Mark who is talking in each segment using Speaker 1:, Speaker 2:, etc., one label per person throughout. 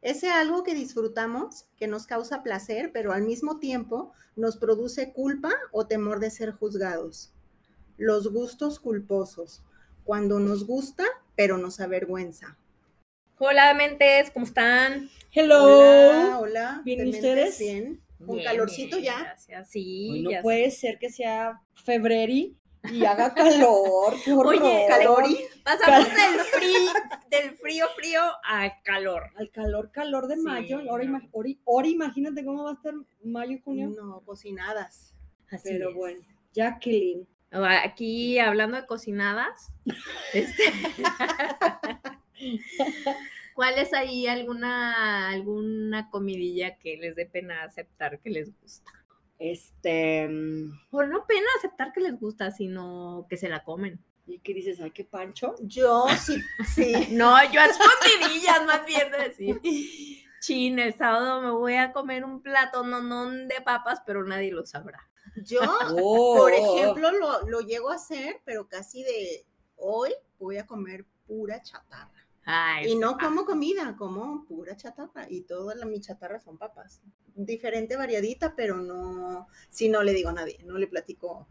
Speaker 1: Ese algo que disfrutamos, que nos causa placer, pero al mismo tiempo nos produce culpa o temor de ser juzgados. Los gustos culposos, cuando nos gusta, pero nos avergüenza.
Speaker 2: Hola, mentes, ¿cómo están?
Speaker 3: Hello.
Speaker 1: Hola, hola.
Speaker 3: ¿Bien
Speaker 1: ¿te mentes
Speaker 3: ustedes?
Speaker 1: Bien. Un
Speaker 2: Bien,
Speaker 1: calorcito
Speaker 2: bien,
Speaker 1: ya.
Speaker 2: Gracias, sí.
Speaker 3: Hoy no
Speaker 2: ya
Speaker 3: puede ser que sea febrero y haga calor. ¡Qué horror!
Speaker 2: Oye,
Speaker 1: Calori.
Speaker 2: sé. Pasamos del frío, del frío frío al calor.
Speaker 3: Al calor, calor de
Speaker 2: Sí,
Speaker 3: mayo. Ahora,
Speaker 2: no.
Speaker 3: ima- ori- ahora imagínate cómo va a estar mayo y junio.
Speaker 1: No, cocinadas.
Speaker 2: Así
Speaker 3: Pero
Speaker 2: es.
Speaker 3: bueno, Jacqueline.
Speaker 2: Aquí hablando de cocinadas, este, ¿cuál es ahí alguna, alguna comidilla que les dé pena aceptar que les gusta?
Speaker 3: Este. mm,
Speaker 2: O no pena aceptar que les gusta, sino que se la comen.
Speaker 3: ¿Y qué dices? ¿Ay, qué pancho?
Speaker 1: Yo sí, sí.
Speaker 2: No, yo a escondidillas, más bien de decir. Chin, el sábado me voy a comer un plato nonón de papas, pero nadie lo sabrá.
Speaker 1: Yo,
Speaker 3: Oh.
Speaker 1: por ejemplo, lo, lo llego a hacer, pero casi de hoy voy a comer pura chatarra.
Speaker 2: Ay,
Speaker 1: Y no
Speaker 3: ah.
Speaker 2: sepa.
Speaker 1: como comida, como pura chatarra. Y toda la, mi chatarra son papas. Diferente, variadita, pero no, si no le digo a nadie, no le platico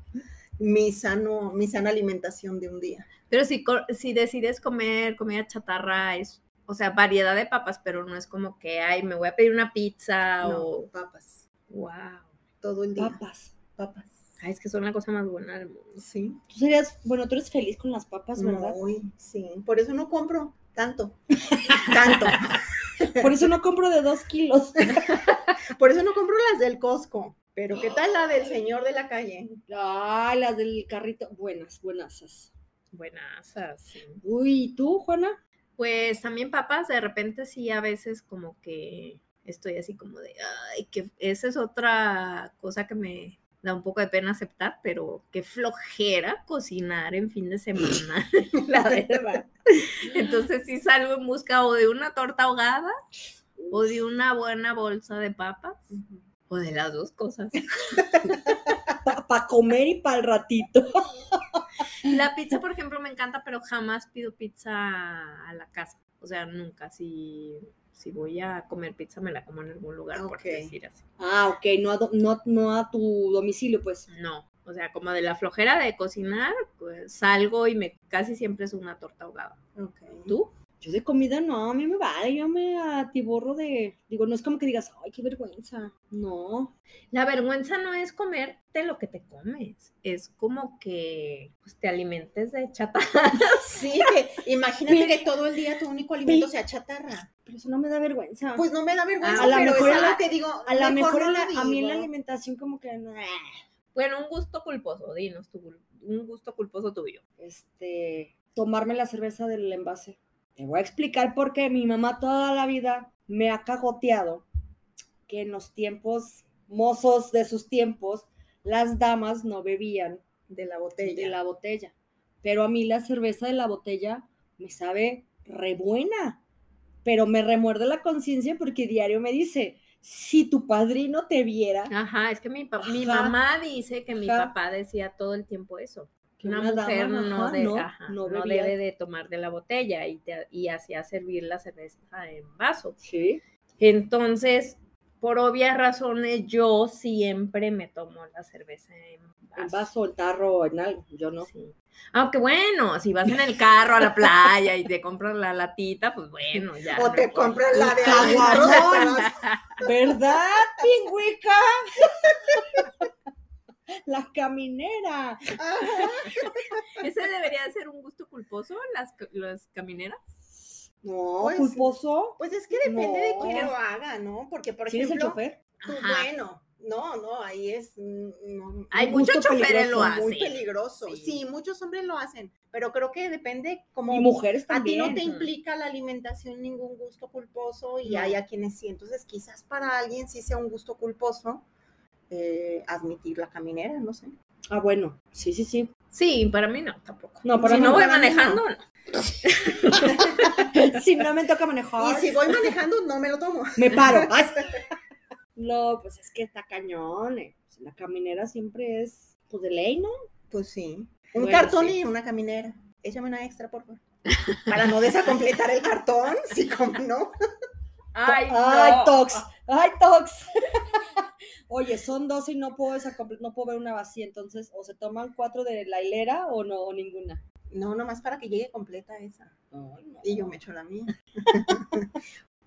Speaker 1: mi, sano, mi sana alimentación de un día.
Speaker 2: Pero si, co- si decides comer comida chatarra, es, o sea, variedad de papas, pero no es como que, ay, me voy a pedir una pizza
Speaker 1: No,
Speaker 2: o...
Speaker 1: papas,
Speaker 2: ¡Wow!
Speaker 1: todo el día.
Speaker 3: Papas.
Speaker 1: Papas.
Speaker 2: Ay, es que son la cosa más buena del mundo.
Speaker 1: Sí,
Speaker 3: Tú serías. Bueno, tú eres feliz con las papas, ¿verdad?
Speaker 1: muy, sí. Por eso no compro tanto, tanto.
Speaker 3: Por eso no compro de dos kilos.
Speaker 1: Por eso no compro las del Costco. Pero ¿qué tal la del señor de la calle?
Speaker 3: Ay, las del carrito. Buenas, buenas.
Speaker 2: Buenas, sí.
Speaker 3: Uy, ¿y tú, Juana?
Speaker 2: Pues también papas, de repente sí, a veces como que estoy así como de, ay, que esa es otra cosa que me da un poco de pena aceptar, pero qué flojera cocinar en fin de semana, la verdad. Entonces sí salgo en busca o de una torta ahogada o de una buena bolsa de papas o de las dos cosas.
Speaker 3: Para comer y para el ratito.
Speaker 2: La pizza, por ejemplo, me encanta, pero jamás pido pizza a la casa. O sea, nunca. Si, si voy a comer pizza, me la como en algún lugar, por
Speaker 1: Ok.
Speaker 2: decir así.
Speaker 3: Ah, ok, no a, do- no, no a tu domicilio, pues.
Speaker 2: No. O sea, como de la flojera de cocinar, pues, salgo y me casi siempre es una torta ahogada.
Speaker 1: Okay.
Speaker 2: ¿Tú?
Speaker 3: Yo de comida no, a mí me vale, yo me atiborro de. Digo, no es como que digas, ay, qué vergüenza. No.
Speaker 2: La vergüenza no es comerte lo que te comes. Es como que pues, te alimentes de chatarra.
Speaker 1: Sí, que imagínate que todo el día tu único alimento sea chatarra.
Speaker 3: Pero eso no me da vergüenza.
Speaker 1: Pues no me da vergüenza,
Speaker 2: Ah, a la
Speaker 1: pero
Speaker 3: mejor
Speaker 1: es
Speaker 3: a la-
Speaker 1: algo que digo,
Speaker 3: a lo mejor,
Speaker 1: no
Speaker 3: la-
Speaker 1: lo
Speaker 3: a mí en la
Speaker 1: digo.
Speaker 3: alimentación, como que. nah,
Speaker 2: Bueno, un gusto culposo, dinos tu gul- un gusto culposo tuyo.
Speaker 3: este. Tomarme la cerveza del envase. Te voy a explicar por qué mi mamá toda la vida me ha cagoteado que en los tiempos mozos de sus tiempos, las damas no bebían
Speaker 1: de la botella.
Speaker 3: de la botella. Pero a mí la cerveza de la botella me sabe re buena. Pero me remuerde la conciencia porque diario me dice, si tu padrino te viera,
Speaker 2: Ajá, es que mi, pa- mi
Speaker 3: Ajá.
Speaker 2: mamá dice que mi
Speaker 3: Ajá.
Speaker 2: papá decía todo el tiempo eso.
Speaker 3: que
Speaker 2: Una,
Speaker 3: dama,
Speaker 2: mujer no,
Speaker 3: ajá,
Speaker 2: de-
Speaker 3: no,
Speaker 2: ajá,
Speaker 3: no
Speaker 2: no
Speaker 3: bebía".
Speaker 2: debe de tomar de la botella y, te- y hacía servir la cerveza en vaso.
Speaker 3: Sí.
Speaker 2: Entonces, por obvias razones, yo siempre me tomo la cerveza en vaso.
Speaker 3: En vaso, el tarro, en algo, yo no.
Speaker 2: Sí. Aunque bueno, si vas en el carro a la playa y te compras la latita, pues bueno, ya.
Speaker 1: o
Speaker 2: no
Speaker 1: te
Speaker 2: importa.
Speaker 1: compras la de
Speaker 3: Caguamón.
Speaker 1: adentro separada.
Speaker 3: ¿Verdad, pingüica? la caminera.
Speaker 1: Ajá.
Speaker 2: Ese debería de ser un gusto culposo, las, ca- las camineras.
Speaker 3: No,
Speaker 1: Pues-
Speaker 3: culposo.
Speaker 1: Pues es que depende de quién
Speaker 3: No.
Speaker 1: lo haga, ¿no? Porque, por
Speaker 3: Si eres el
Speaker 1: ejemplo,
Speaker 3: chofer,
Speaker 1: tú,
Speaker 2: Ajá.
Speaker 1: bueno, no, no, ahí es. mm, no,
Speaker 2: Hay
Speaker 1: muy-
Speaker 2: muchos
Speaker 3: gusto
Speaker 2: choferes lo
Speaker 3: peligroso,
Speaker 1: muy
Speaker 2: hacen.
Speaker 1: peligroso.
Speaker 2: Sí.
Speaker 1: Sí. muchos hombres lo hacen, pero creo que depende como.
Speaker 3: y mujeres
Speaker 1: A ti
Speaker 3: también.
Speaker 1: no te
Speaker 2: Ujú.
Speaker 1: implica la alimentación ningún gusto culposo y
Speaker 3: No.
Speaker 1: hay a quienes sí. Entonces, quizás para alguien sí sea un gusto culposo eh, admitir la caminera, no sé.
Speaker 3: Ah, bueno, sí, sí, sí.
Speaker 2: Sí, para mí no, tampoco.
Speaker 3: No, para
Speaker 2: si
Speaker 3: mí
Speaker 2: no
Speaker 3: no,
Speaker 2: voy
Speaker 1: para mí
Speaker 2: manejando, no.
Speaker 3: si no me toca manejar,
Speaker 1: Y si voy manejando, no me lo tomo.
Speaker 3: me paro. Ay. No, pues es que está cañón. eh. Pues La caminera siempre es, pues de ley, ¿no?
Speaker 1: Pues sí. Un
Speaker 3: Bueno,
Speaker 1: cartón
Speaker 3: sí.
Speaker 1: y una caminera. Échame una extra, por favor. Para no desacompletar el cartón, sí, como no.
Speaker 2: Ay, no.
Speaker 3: tox, ay, tox. Oye, son 12 y no puedo, desacomple- no puedo ver una vacía, entonces o se toman cuatro de la hilera o no, o ninguna.
Speaker 1: No, nomás para que llegue completa esa. Y yo me echo la mía.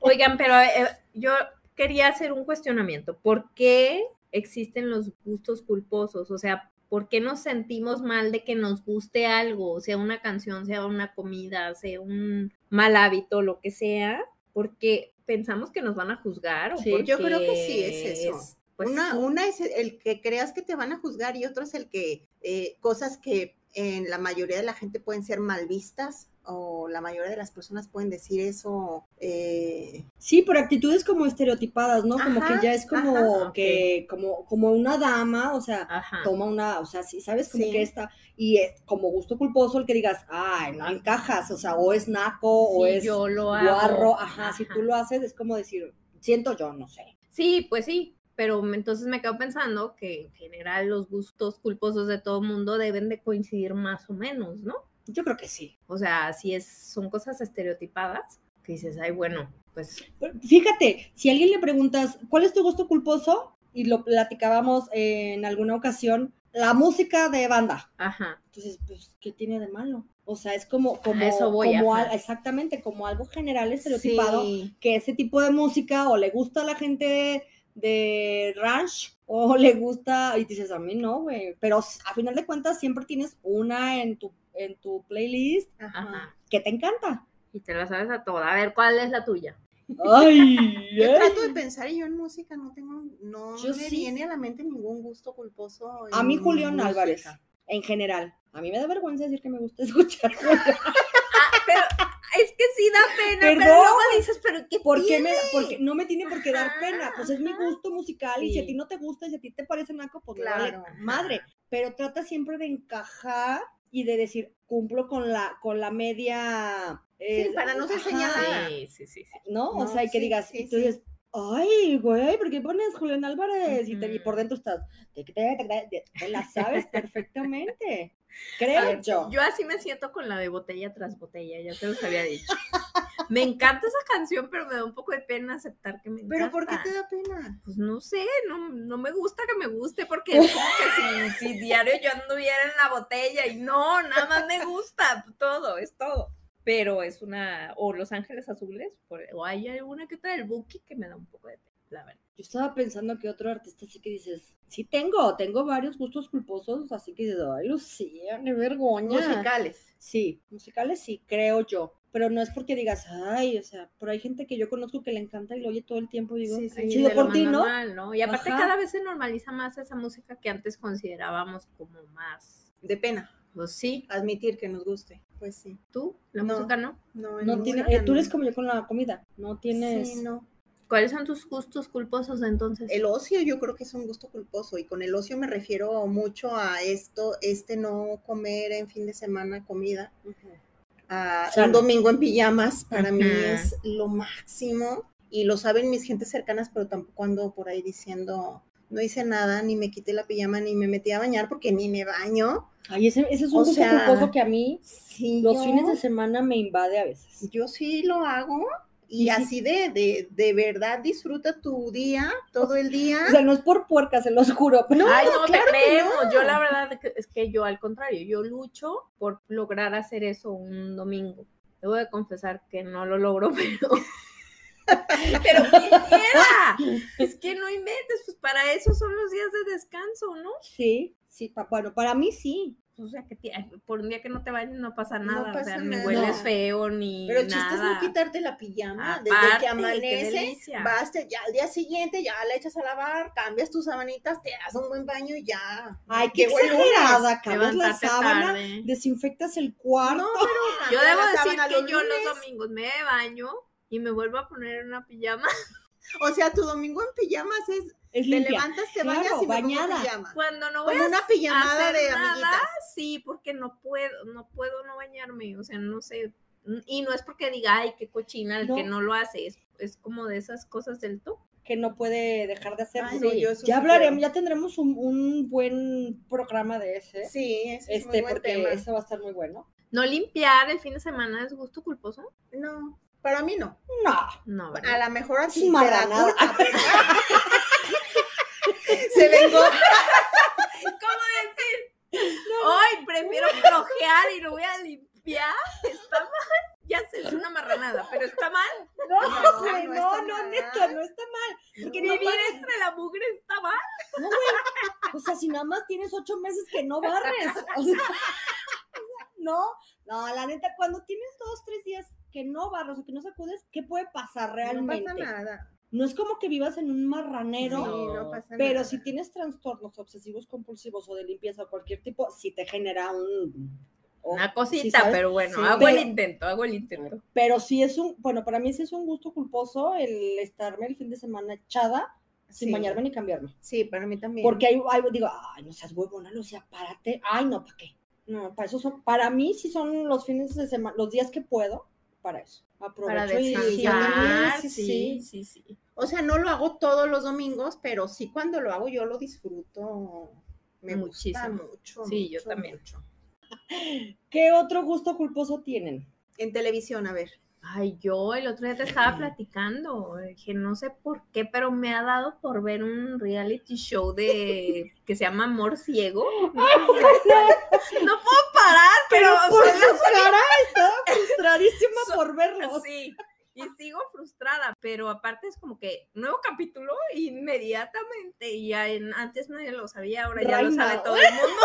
Speaker 2: Oigan, pero eh, yo quería hacer un cuestionamiento. ¿Por qué existen los gustos culposos? O sea, ¿por qué nos sentimos mal de que nos guste algo? Sea una canción, sea una comida, sea un mal hábito, lo que sea. Porque pensamos que nos van a juzgar. O
Speaker 3: Sí,
Speaker 1: yo creo que sí
Speaker 2: porque
Speaker 1: es eso.
Speaker 2: pues,
Speaker 1: una, una es el que creas que te van a juzgar y otra es el que eh, cosas que en la mayoría de la gente pueden ser mal vistas o la mayoría de las personas pueden decir eso. eh,
Speaker 3: Sí, por actitudes como estereotipadas, ¿no? Como
Speaker 1: Ajá,
Speaker 3: que ya es como
Speaker 2: ajá, ok.
Speaker 3: que, como, como una dama, o sea,
Speaker 2: Ajá.
Speaker 3: toma una, o sea, sí, sabes como
Speaker 1: Sí.
Speaker 3: que está, y es como gusto culposo el que digas, ay, no encajas, o sea, o es naco, o
Speaker 2: Sí,
Speaker 3: es
Speaker 2: yo lo hago.
Speaker 3: guarro, ajá, si tú lo haces, es como decir, siento yo, no sé.
Speaker 2: Sí, pues sí, pero me- entonces me quedo pensando que en general los gustos culposos de todo mundo deben de coincidir más o menos, ¿no?
Speaker 3: Yo creo que sí.
Speaker 2: O sea, si es, son cosas estereotipadas que dices, ay, bueno, pues
Speaker 3: Pero Fíjate, si a alguien le preguntas, ¿cuál es tu gusto culposo? Y lo platicábamos en alguna ocasión, la música de banda.
Speaker 2: ajá,
Speaker 3: Entonces, pues, ¿qué tiene de malo? O sea, es como, como,
Speaker 2: A eso voy,
Speaker 3: como
Speaker 2: ajá.
Speaker 3: al- exactamente, como algo general estereotipado,
Speaker 1: sí,
Speaker 3: que ese tipo de música o le gusta a la gente de ranch o le gusta, y dices, a mí no, güey. Pero s- a final de cuentas siempre tienes una en tu, en tu playlist
Speaker 1: ajá.
Speaker 2: ajá.
Speaker 3: que te encanta.
Speaker 2: Y te la sabes a toda. A ver, ¿cuál es la tuya?
Speaker 3: Ay,
Speaker 1: Yo
Speaker 3: ay.
Speaker 1: trato de pensar y yo en música no tengo, no
Speaker 3: Yo
Speaker 1: me
Speaker 3: sí.
Speaker 1: viene a la mente ningún gusto culposo.
Speaker 3: A
Speaker 1: en
Speaker 3: mí
Speaker 2: Mm,
Speaker 3: Julián
Speaker 1: música.
Speaker 3: Álvarez, en general. A mí me da vergüenza decir que me gusta escuchar.
Speaker 2: Es que sí da pena, pero
Speaker 3: Perdón.
Speaker 2: luego dices, pero ¿qué
Speaker 3: ¿Por qué
Speaker 2: tiene?
Speaker 3: me, porque no me tiene por qué dar
Speaker 2: Ajá,
Speaker 3: pena? Pues es mi
Speaker 2: ajá.
Speaker 3: gusto musical y si a
Speaker 2: Sí.
Speaker 3: ti no te gusta y si a ti te parece naco, pues me vale
Speaker 1: Claro.
Speaker 3: madre. Pero trata siempre de encajar y de decir, cumplo con la, con la media... eh,
Speaker 1: para no ser
Speaker 3: ajá,
Speaker 1: señalada.
Speaker 2: Sí, sí, sí. sí.
Speaker 3: ¿No? o
Speaker 1: No,
Speaker 3: sea, y que
Speaker 1: sí,
Speaker 3: digas,
Speaker 1: sí,
Speaker 3: y tú dices, ay, güey, ¿por qué pones Julián Álvarez? y, te- y por
Speaker 2: Ujú.
Speaker 3: dentro estás, te, te- te- te- te la sabes perfectamente. Creo yo.
Speaker 2: Yo así me siento con la de botella tras botella, ya te los había dicho. me encanta esa canción, pero me da un poco de pena aceptar que me
Speaker 1: Pero ¿por qué
Speaker 2: encanta.
Speaker 1: te da pena?
Speaker 2: Pues no sé, no, no me gusta que me guste porque es como que si, si diario yo anduviera en la botella y no, nada más me gusta todo, es todo. Pero es una, o Los Ángeles Azules, por- o hay alguna que trae el Buki que me da un poco de pena, la verdad.
Speaker 3: Yo estaba pensando que otro artista sí que dices, sí tengo, tengo varios gustos culposos, así que dices, ay, Lucía, qué vergüenza.
Speaker 1: Musicales.
Speaker 3: Sí, musicales sí, creo yo. Pero no es porque digas, ay, o sea, pero hay gente que yo conozco que le encanta y lo oye todo el tiempo y digo,
Speaker 1: Sí, sí,
Speaker 3: "Ay,
Speaker 1: de
Speaker 3: chido
Speaker 2: de lo
Speaker 3: por
Speaker 2: más
Speaker 3: ti, ¿no?
Speaker 2: normal, ¿no? Y aparte
Speaker 3: Ajá.
Speaker 2: cada vez se normaliza más esa música que antes considerábamos como más,
Speaker 1: De pena.
Speaker 2: pues sí,
Speaker 1: Admitir que nos guste. Pues sí.
Speaker 2: tú, la
Speaker 1: No.
Speaker 2: música no.
Speaker 1: No, en
Speaker 3: No tiene,
Speaker 1: música
Speaker 3: eh, tú
Speaker 1: no.
Speaker 3: eres como yo con la comida, no tienes...
Speaker 1: Sí, no.
Speaker 2: ¿Cuáles son tus gustos culposos entonces?
Speaker 1: El ocio yo creo que es un gusto culposo y con el ocio me refiero mucho a esto, este no comer en fin de semana comida,
Speaker 3: Ujú.
Speaker 1: a
Speaker 3: Sano.
Speaker 1: un domingo en pijamas para mí
Speaker 2: Ujú.
Speaker 1: es lo máximo y lo saben mis gentes cercanas, pero tampoco ando por ahí diciendo no hice nada, ni me quité la pijama, ni me metí a bañar porque ni me baño.
Speaker 3: Ay, ese, ese es un
Speaker 1: O
Speaker 3: gusto
Speaker 1: sea,
Speaker 3: culposo que a mí
Speaker 1: Sí,
Speaker 3: los
Speaker 1: yo-
Speaker 3: fines de semana me invade a veces.
Speaker 1: yo sí lo hago
Speaker 3: Y
Speaker 1: y,
Speaker 3: sí.
Speaker 1: así de, de, de verdad disfruta tu día, todo el día.
Speaker 3: O sea, no es por puerca, se los juro. pero-
Speaker 2: Ay, no,
Speaker 1: claro
Speaker 2: te
Speaker 1: que
Speaker 2: creemos.
Speaker 1: no.
Speaker 2: Yo la verdad que- es que yo al contrario, yo lucho por lograr hacer eso un domingo. Debo de confesar que no lo logro, pero... pero quisiera. Es que no inventes, pues para eso son los días de descanso, ¿no?
Speaker 3: Sí, sí, pa- bueno, para mí sí.
Speaker 2: O sea, que te- ay, por un día que no te bañes no pasa nada. o
Speaker 1: pasa
Speaker 2: sea, ni
Speaker 1: nada.
Speaker 2: hueles feo ni
Speaker 1: Pero el
Speaker 2: nada.
Speaker 1: chiste es no quitarte la pijama desde
Speaker 2: Aparte,
Speaker 1: que
Speaker 2: qué
Speaker 1: amanece.
Speaker 2: delicia.
Speaker 1: Basta, ya al día siguiente ya la echas a lavar, cambias tus sabanitas, te das un buen baño y ya.
Speaker 3: Ay, qué
Speaker 1: Llegó el lunes.
Speaker 3: exagerada, cambias la
Speaker 2: Levantarte
Speaker 3: sábana,
Speaker 2: tarde.
Speaker 3: desinfectas el cuarto.
Speaker 1: No,
Speaker 2: Yo
Speaker 1: Cambia
Speaker 2: debo
Speaker 1: la
Speaker 2: decir
Speaker 1: sábana
Speaker 2: que yo
Speaker 1: lunes.
Speaker 2: los domingos me baño y me vuelvo a poner una pijama.
Speaker 1: O sea, tu domingo en pijamas es
Speaker 3: es
Speaker 1: te
Speaker 3: limpia.
Speaker 1: levantas, te
Speaker 3: Claro,
Speaker 1: bañas y me pongo
Speaker 3: bañada.
Speaker 1: pijama.
Speaker 2: Cuando no voy
Speaker 1: Como
Speaker 2: a
Speaker 1: una pijamada
Speaker 2: Pues, hacer
Speaker 1: de
Speaker 2: nada.
Speaker 1: amiguitas.
Speaker 2: sí, porque no puedo, no puedo no bañarme, o sea, no sé, n- y no es porque diga, ay, qué cochina el
Speaker 3: No.
Speaker 2: que no lo hace, es, es como de esas cosas del top.
Speaker 3: que no puede dejar de hacer.
Speaker 1: Ay,
Speaker 2: Sí.
Speaker 1: no, yo eso
Speaker 3: ya
Speaker 1: sí
Speaker 3: hablaremos,
Speaker 1: creo.
Speaker 3: ya tendremos un, un buen programa de ese.
Speaker 1: Sí, ese es muy
Speaker 3: este,
Speaker 1: buen
Speaker 3: porque
Speaker 1: tema.
Speaker 3: ese va a estar muy bueno.
Speaker 2: No limpiar el fin de semana es gusto culposo.
Speaker 1: No, para mí no.
Speaker 3: No.
Speaker 2: No,
Speaker 1: A
Speaker 2: ¿verdad?
Speaker 1: lo mejor
Speaker 3: Es
Speaker 1: así
Speaker 3: una
Speaker 1: te da
Speaker 3: marranada.
Speaker 1: culpa, pero- Se vengó.
Speaker 2: ¿Cómo decir? Hoy prefiero flojear y lo voy a limpiar. Está mal. Ya sé, es una marranada, pero está mal.
Speaker 3: No,
Speaker 1: No,
Speaker 3: güey,
Speaker 1: no
Speaker 3: no,
Speaker 1: está
Speaker 3: no,
Speaker 1: mal.
Speaker 3: neta, no está mal. Porque no
Speaker 2: Vivir
Speaker 3: barres.
Speaker 2: entre la mugre está mal.
Speaker 3: No, güey. O sea, si nada más tienes ocho meses que no barres. O sea, no, no, la neta, cuando tienes dos, tres días que no barres o que no sacudes, ¿qué puede pasar realmente?
Speaker 1: No pasa nada.
Speaker 3: No es como que vivas en un marranero.
Speaker 1: sí,
Speaker 2: No,
Speaker 1: no pasa
Speaker 3: Pero
Speaker 1: nada.
Speaker 3: si tienes trastornos obsesivos compulsivos o de limpieza o cualquier tipo, sí te genera un... o-
Speaker 2: Una
Speaker 3: sí,
Speaker 2: cosita,
Speaker 3: ¿sabes?
Speaker 2: pero bueno,
Speaker 1: Sí.
Speaker 2: hago el
Speaker 3: Pero-
Speaker 2: intento, hago el intento.
Speaker 3: Pero sí es un... Bueno, para mí sí es un gusto culposo el estarme el fin de semana echada sin
Speaker 1: Sí.
Speaker 3: bañarme ni cambiarme.
Speaker 1: Sí, para mí también.
Speaker 3: Porque hay algo, digo, ay, no seas huevona, Lucía, párate. Ay, no, ¿para qué? No, para eso son... Para mí sí son los fines de semana, los días que puedo, para eso. Aprovecho
Speaker 2: Para
Speaker 3: y...
Speaker 1: sí, yo
Speaker 2: descansar,
Speaker 1: también,
Speaker 2: sí,
Speaker 1: sí,
Speaker 2: sí, sí.
Speaker 1: O sea, no lo hago todos los domingos, pero sí cuando lo hago yo lo disfruto. Me gusta
Speaker 2: Muchísimo.
Speaker 1: mucho.
Speaker 2: Sí, yo
Speaker 1: mucho,
Speaker 2: también.
Speaker 1: mucho.
Speaker 3: ¿Qué otro gusto culposo tienen?
Speaker 1: En televisión, a ver.
Speaker 2: Ay, yo el otro día te estaba platicando, eh, que no sé por qué, pero me ha dado por ver un reality show de que se llama Amor Ciego. No, sé cuál- no puedo parar, pero, o
Speaker 3: por
Speaker 2: sea,
Speaker 3: su cara estaba frustradísima
Speaker 2: So-
Speaker 3: por verlo.
Speaker 2: sí. Y sigo frustrada, pero aparte es como que nuevo capítulo inmediatamente. Y ya en- antes nadie lo sabía, ahora ya lo
Speaker 3: Right
Speaker 2: sabe
Speaker 3: now.
Speaker 2: todo el mundo.